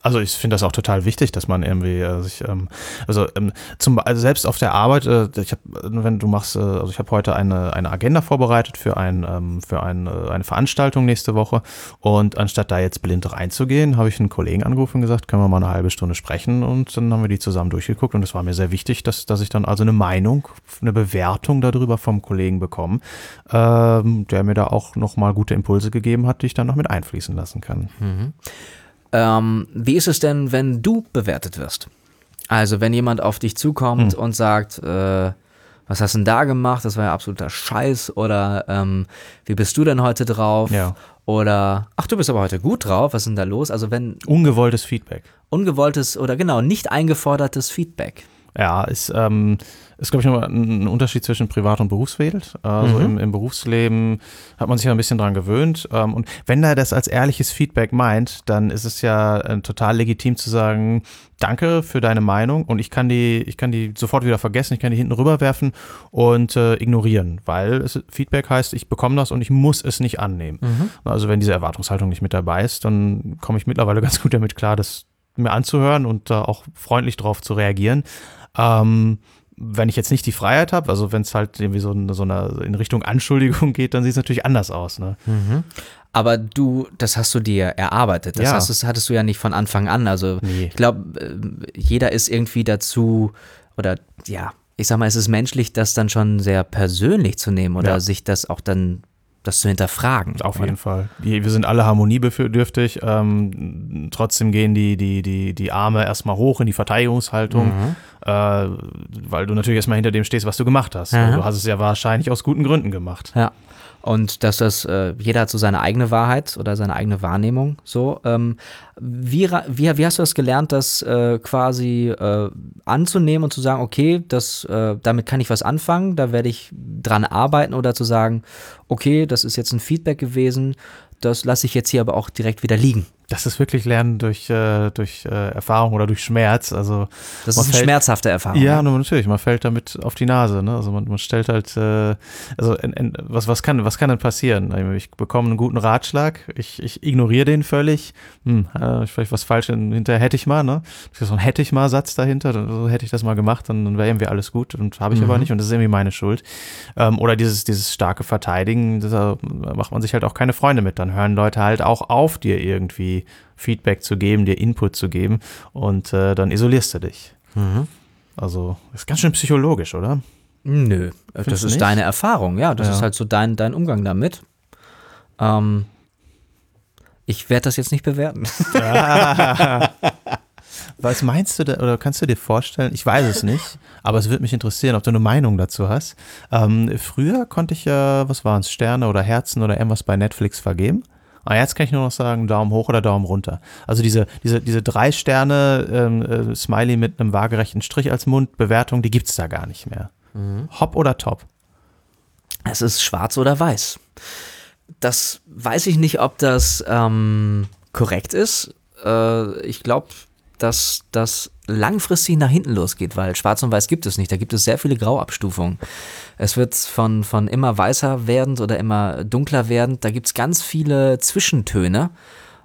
Also ich finde das auch total wichtig, dass man irgendwie äh, sich, ähm, also, ähm, zum, also selbst auf der Arbeit, äh, ich habe, wenn du machst, äh, also ich habe heute eine, eine Agenda vorbereitet für, ein, ähm, für ein, äh, eine Veranstaltung nächste Woche und anstatt da jetzt blind reinzugehen, habe ich einen Kollegen angerufen und gesagt, können wir mal eine halbe Stunde sprechen und dann haben wir die zusammen durchgeguckt und es war mir sehr wichtig, dass, dass ich dann also eine Meinung, eine Bewertung darüber vom Kollegen bekomme, ähm, der mir da auch nochmal gute Impulse gegeben hat, die ich dann noch mit einfließen lassen kann.
Ähm, wie ist es denn, wenn du bewertet wirst? Also wenn jemand auf dich zukommt und sagt, äh, was hast denn da gemacht? Das war ja absoluter Scheiß. Oder ähm, wie bist du denn heute drauf?
Ja.
Oder ach, du bist aber heute gut drauf. Was ist denn da los? Also wenn
Ungewolltes Feedback.
ungewolltes oder genau nicht eingefordertes Feedback.
Ja, ist, ähm, ist glaube ich, nochmal ein ein Unterschied zwischen Privat- und Berufswelt. Also im, im Berufsleben hat man sich ja ein bisschen dran gewöhnt. Ähm, und wenn er das als ehrliches Feedback meint, dann ist es ja äh, total legitim zu sagen, danke für deine Meinung und ich kann die, ich kann die sofort wieder vergessen, ich kann die hinten rüberwerfen und äh, ignorieren, weil es, Feedback heißt, ich bekomme das und ich muss es nicht annehmen. Also wenn diese Erwartungshaltung nicht mit dabei ist, dann komme ich mittlerweile ganz gut damit klar, das mir anzuhören und da auch freundlich drauf zu reagieren. Ähm, wenn ich jetzt nicht die Freiheit habe, also wenn es halt irgendwie so, eine- so eine, in Richtung Anschuldigung geht, dann sieht es natürlich anders aus. Ne?
Aber du, das hast du dir erarbeitet. Das
Ja.
hast, das hattest du ja nicht von Anfang an. Also
Nee.
ich glaube, jeder ist irgendwie dazu oder ja, ich sag mal, es ist menschlich, das dann schon sehr persönlich zu nehmen oder
Ja.
sich das auch dann das zu hinterfragen.
Auf jeden Fall. Wir wir sind alle harmoniebedürftig. Ähm, trotzdem gehen die, die, die, die Arme erstmal hoch in die Verteidigungshaltung, äh, weil du natürlich erstmal hinter dem stehst, was du gemacht hast.
Aha.
Du hast es ja wahrscheinlich aus guten Gründen gemacht.
Ja. Und dass das, äh, jeder hat so seine eigene Wahrheit oder seine eigene Wahrnehmung. So, ähm, wie, ra- wie, wie hast du das gelernt, das äh, quasi äh, anzunehmen und zu sagen, okay, das, äh, damit kann ich was anfangen, da werde ich dran arbeiten oder zu sagen, okay, das ist jetzt ein Feedback gewesen, das lasse ich jetzt hier aber auch direkt wieder liegen.
Das ist wirklich Lernen durch, äh, durch äh, Erfahrung oder durch Schmerz. Also
Das
man
ist eine
fällt-
schmerzhafte Erfahrung.
Ja,
ne?
nur natürlich, man fällt damit auf die Nase. Ne? Also man, man stellt halt, äh, also en, en, was, was, kann, was kann denn passieren? Ich bekomme einen guten Ratschlag, ich, ich ignoriere den völlig. Hm, äh, vielleicht was falsch hin- hinterher hätte ich mal, ne? Das ist so ein hätte ich mal Satz dahinter, dann, so hätte ich das mal gemacht, dann, dann wäre irgendwie alles gut und habe ich aber nicht und das ist irgendwie meine Schuld. Ähm, oder dieses, dieses starke Verteidigen, das, äh, macht man sich halt auch keine Freunde mit. Dann hören Leute halt auch auf, dir irgendwie Feedback zu geben, dir Input zu geben und äh, dann isolierst du dich. Also, ist ganz schön psychologisch, oder?
Nö, äh, das
Findest du
ist
nicht?
deine Erfahrung, ja. Das
Ja.
ist halt so dein, dein Umgang damit. Ähm, ich werde das jetzt nicht bewerten.
Was meinst du da, oder kannst du dir vorstellen, ich weiß es nicht, aber es würde mich interessieren, ob du eine Meinung dazu hast. Ähm, früher konnte ich ja, was waren es, Sterne oder Herzen oder irgendwas bei Netflix vergeben. Aber jetzt kann ich nur noch sagen, Daumen hoch oder Daumen runter. Also diese, diese, diese drei Sterne, ähm, äh, Smiley mit einem waagerechten Strich als Mund, Bewertung, die gibt es da gar nicht mehr. Hopp oder top?
Es ist schwarz oder weiß. Das weiß ich nicht, ob das ähm, korrekt ist. Äh, ich glaube, dass das langfristig nach hinten losgeht, weil schwarz und weiß gibt es nicht. Da gibt es sehr viele Grauabstufungen. Es wird von, von immer weißer werdend oder immer dunkler werdend. Da gibt es ganz viele Zwischentöne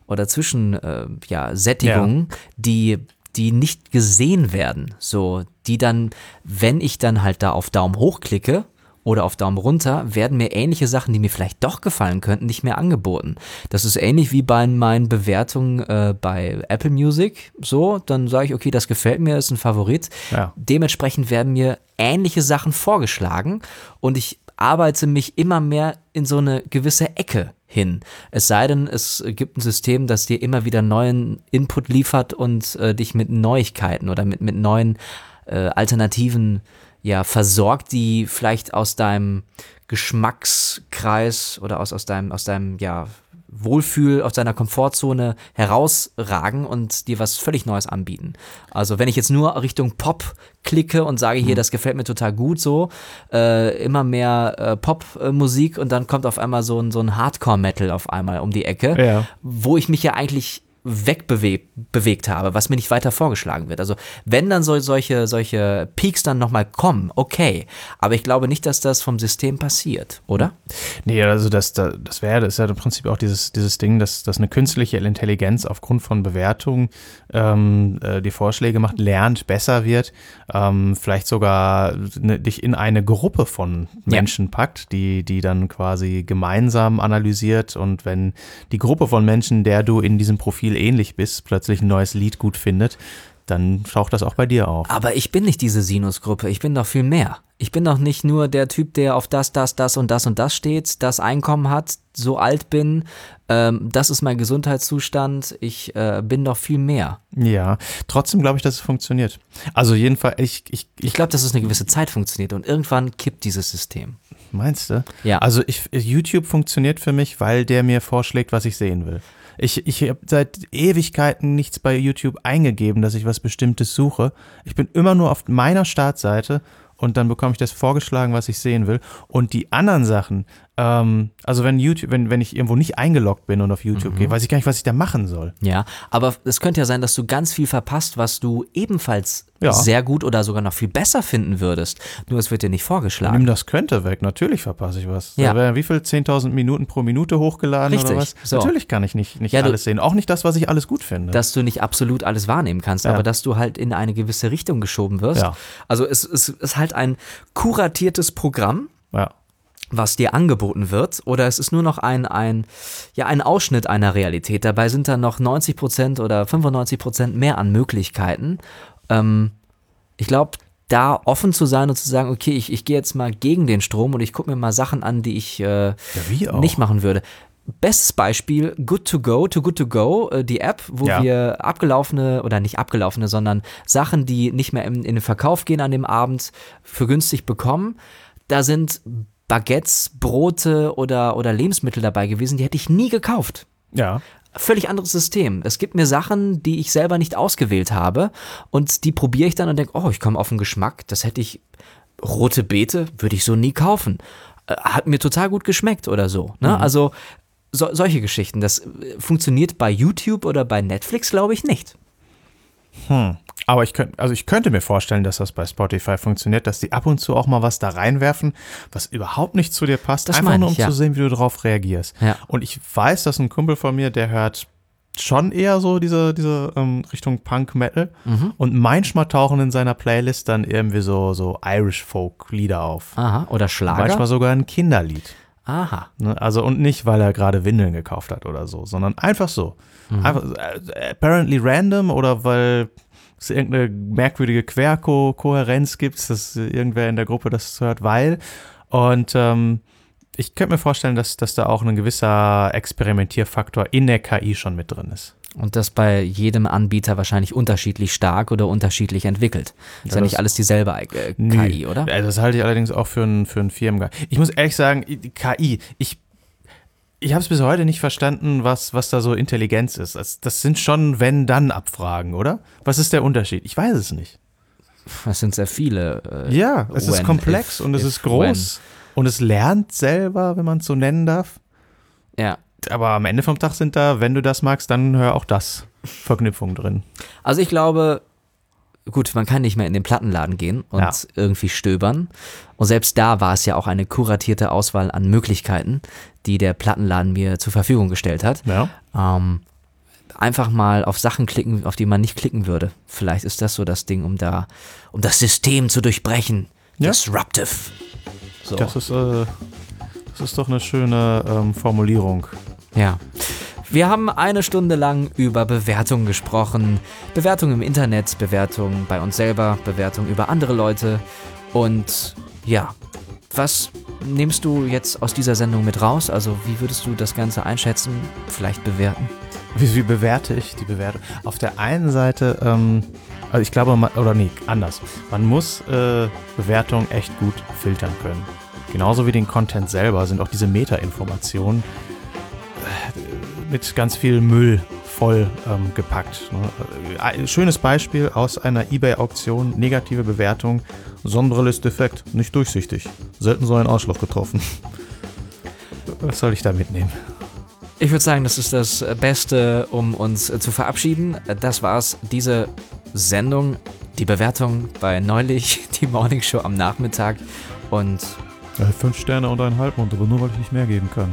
oder Zwischen, äh, ja, Sättigungen, die, die nicht gesehen werden. So, die dann, wenn ich dann halt da auf Daumen hoch klicke oder auf Daumen runter, werden mir ähnliche Sachen, die mir vielleicht doch gefallen könnten, nicht mehr angeboten. Das ist ähnlich wie bei meinen Bewertungen äh, bei Apple Music. So, dann sage ich, okay, das gefällt mir, ist ein Favorit.
Ja.
Dementsprechend werden mir ähnliche Sachen vorgeschlagen und ich arbeite mich immer mehr in so eine gewisse Ecke hin. Es sei denn, es gibt ein System, das dir immer wieder neuen Input liefert und äh, dich mit Neuigkeiten oder mit, mit neuen äh, Alternativen ja, versorgt, die vielleicht aus deinem Geschmackskreis oder aus, aus deinem, aus deinem ja, Wohlfühl, aus deiner Komfortzone herausragen und dir was völlig Neues anbieten. Also wenn ich jetzt nur Richtung Pop klicke und sage hier, das gefällt mir total gut so, äh, immer mehr äh, Popmusik und dann kommt auf einmal so ein, so ein Hardcore-Metal auf einmal um die Ecke,
Ja.
wo ich mich ja eigentlich wegbewegt bewegt habe, was mir nicht weiter vorgeschlagen wird. Also wenn dann so, solche, solche Peaks dann nochmal kommen, okay. Aber ich glaube nicht, dass das vom System passiert, oder?
Nee, also das, das, das wäre, das ist ja im Prinzip auch dieses, dieses Ding, dass, dass eine künstliche Intelligenz aufgrund von Bewertungen ähm, äh, die Vorschläge macht, lernt, besser wird, ähm, vielleicht sogar ne, dich in eine Gruppe von
Ja.
Menschen packt, die, die dann quasi gemeinsam analysiert und wenn die Gruppe von Menschen, der du in diesem Profil ähnlich bist, plötzlich ein neues Lied gut findet, dann taucht das auch bei dir auf.
Aber ich bin nicht diese Sinusgruppe, ich bin doch viel mehr. Ich bin doch nicht nur der Typ, der auf das, das, das und das und das steht, das Einkommen hat, so alt bin, ähm, das ist mein Gesundheitszustand, ich äh, bin doch viel mehr.
Ja, trotzdem glaube ich, dass es funktioniert. Also jedenfalls, ich, ich, ich
Ich glaube, dass es eine gewisse Zeit funktioniert und irgendwann kippt dieses System.
Meinst du?
Ja.
Also ich, YouTube funktioniert für mich, weil der mir vorschlägt, was ich sehen will. Ich, ich habe seit Ewigkeiten nichts bei YouTube eingegeben, dass ich was Bestimmtes suche. Ich bin immer nur auf meiner Startseite und dann bekomme ich das vorgeschlagen, was ich sehen will. Und die anderen Sachen, ähm, also wenn YouTube, wenn, wenn ich irgendwo nicht eingeloggt bin und auf YouTube
Mhm.
gehe, weiß ich gar nicht, was ich da machen soll.
Ja, aber es könnte ja sein, dass du ganz viel verpasst, was du ebenfalls
Ja.
sehr gut oder sogar noch viel besser finden würdest. Nur es wird dir nicht vorgeschlagen.
Nimm das könnte weg, natürlich verpasse ich was.
Ja.
Da wären wie viel 10.000 Minuten pro Minute hochgeladen
Richtig,
oder was?
so.
Natürlich kann ich nicht, nicht
Ja, du-
alles sehen. Auch nicht das, was ich alles gut finde.
dass du nicht absolut alles wahrnehmen kannst, aber dass du halt in eine gewisse Richtung geschoben wirst.
Ja.
Also es, es ist halt ein kuratiertes Programm,
ja.
was dir angeboten wird, oder es ist nur noch ein, ein, ja, ein Ausschnitt einer Realität. Dabei sind dann noch 90 Prozent oder 95 Prozent mehr an Möglichkeiten. Ähm, ich glaube, da offen zu sein und zu sagen, okay, ich, ich gehe jetzt mal gegen den Strom und ich gucke mir mal Sachen an, die ich äh,
wie auch.
nicht machen würde. Bestes Beispiel, Good to Go, to Good to Go, äh, die App, wo
Ja.
wir abgelaufene oder nicht abgelaufene, sondern Sachen, die nicht mehr in, in den Verkauf gehen an dem Abend, für günstig bekommen. Da sind Baguettes, Brote oder, oder Lebensmittel dabei gewesen, die hätte ich nie gekauft
Ja.
völlig anderes System. Es gibt mir Sachen, die ich selber nicht ausgewählt habe und die probiere ich dann und denke, oh, ich komme auf den Geschmack, das hätte ich, rote Beete würde ich so nie kaufen. Äh, Hat mir total gut geschmeckt oder so. Ne? Also so, solche Geschichten, das äh, funktioniert bei YouTube oder bei Netflix, glaube ich, nicht.
Aber ich könnte, also ich könnte mir vorstellen, dass das bei Spotify funktioniert, dass die ab und zu auch mal was da reinwerfen, was überhaupt nicht zu dir passt,
Das
einfach
meine
nur um
ich, ja.
zu sehen, wie du darauf reagierst.
Ja.
Und ich weiß, dass ein Kumpel von mir, der hört schon eher so diese, diese ähm, Richtung Punk-Metal
Mhm.
und manchmal tauchen in seiner Playlist dann irgendwie so, so Irish-Folk-Lieder auf.
Aha, oder
Manchmal
Schlager.
sogar ein Kinderlied.
Aha.
Ne? Also und nicht, weil er gerade Windeln gekauft hat oder so, sondern einfach so. Einfach, äh, apparently random oder weil es irgendeine merkwürdige Querkohärenz gibt, dass irgendwer in der Gruppe das hört, weil. Und ähm, ich könnte mir vorstellen, dass, dass da auch ein gewisser Experimentierfaktor in der KI schon mit drin ist.
Und das bei jedem Anbieter wahrscheinlich unterschiedlich stark oder unterschiedlich entwickelt. Ist
das-
ja, nicht alles dieselbe äh, KI, oder?
Also das halte ich allerdings auch für einen für einen Firmengeist. Ich muss ehrlich sagen, die KI, ich, ich habe es bis heute nicht verstanden, was, was da so Intelligenz ist. Das, das sind schon Wenn-Dann-Abfragen, oder? Was ist der Unterschied? Ich weiß es nicht.
Das sind sehr viele. äh,
Ja, es ist
when,
komplex
if,
und es
if,
ist groß und es lernt selber, wenn man es so nennen darf.
when. Ja.
Aber am Ende vom Tag sind da, wenn du das magst, dann hör auch das Verknüpfung drin.
Also ich glaube, gut, man kann nicht mehr in den Plattenladen gehen und
Ja.
irgendwie stöbern. Und selbst da war es ja auch eine kuratierte Auswahl an Möglichkeiten, die der Plattenladen mir zur Verfügung gestellt hat.
Ja.
Ähm, einfach mal auf Sachen klicken, auf die man nicht klicken würde. Vielleicht ist das so das Ding, um da, um das System zu durchbrechen.
Ja.
Disruptive. So.
Das ist, äh, das ist doch eine schöne ähm, Formulierung.
Ja. Wir haben eine Stunde lang über Bewertungen gesprochen. Bewertungen im Internet, Bewertungen bei uns selber, Bewertungen über andere Leute. Und ja, was nimmst du jetzt aus dieser Sendung mit raus? Also wie würdest du das Ganze einschätzen? Vielleicht bewerten?
Wie, wie bewerte ich die Bewertung? Auf der einen Seite, ähm, also ich glaube, man, oder nee, anders. Man muss äh, Bewertungen echt gut filtern können. Genauso wie den Content selber sind auch diese Meta-Informationen äh, mit ganz viel Müll voll ähm, gepackt. Ne? Äh, Ein schönes Beispiel aus einer Ebay-Auktion, negative Bewertung. Sonnenbrille ist defekt, nicht durchsichtig. Selten so ein Arschloch getroffen. Was soll ich da mitnehmen?
Ich würde sagen, das ist das Beste, um uns äh, zu verabschieden. Das war's, diese Sendung, die Bewertung bei neulich, die Morning Show am Nachmittag. Und
Äh, fünf Sterne und einen Halbmond, aber nur weil ich nicht mehr geben kann.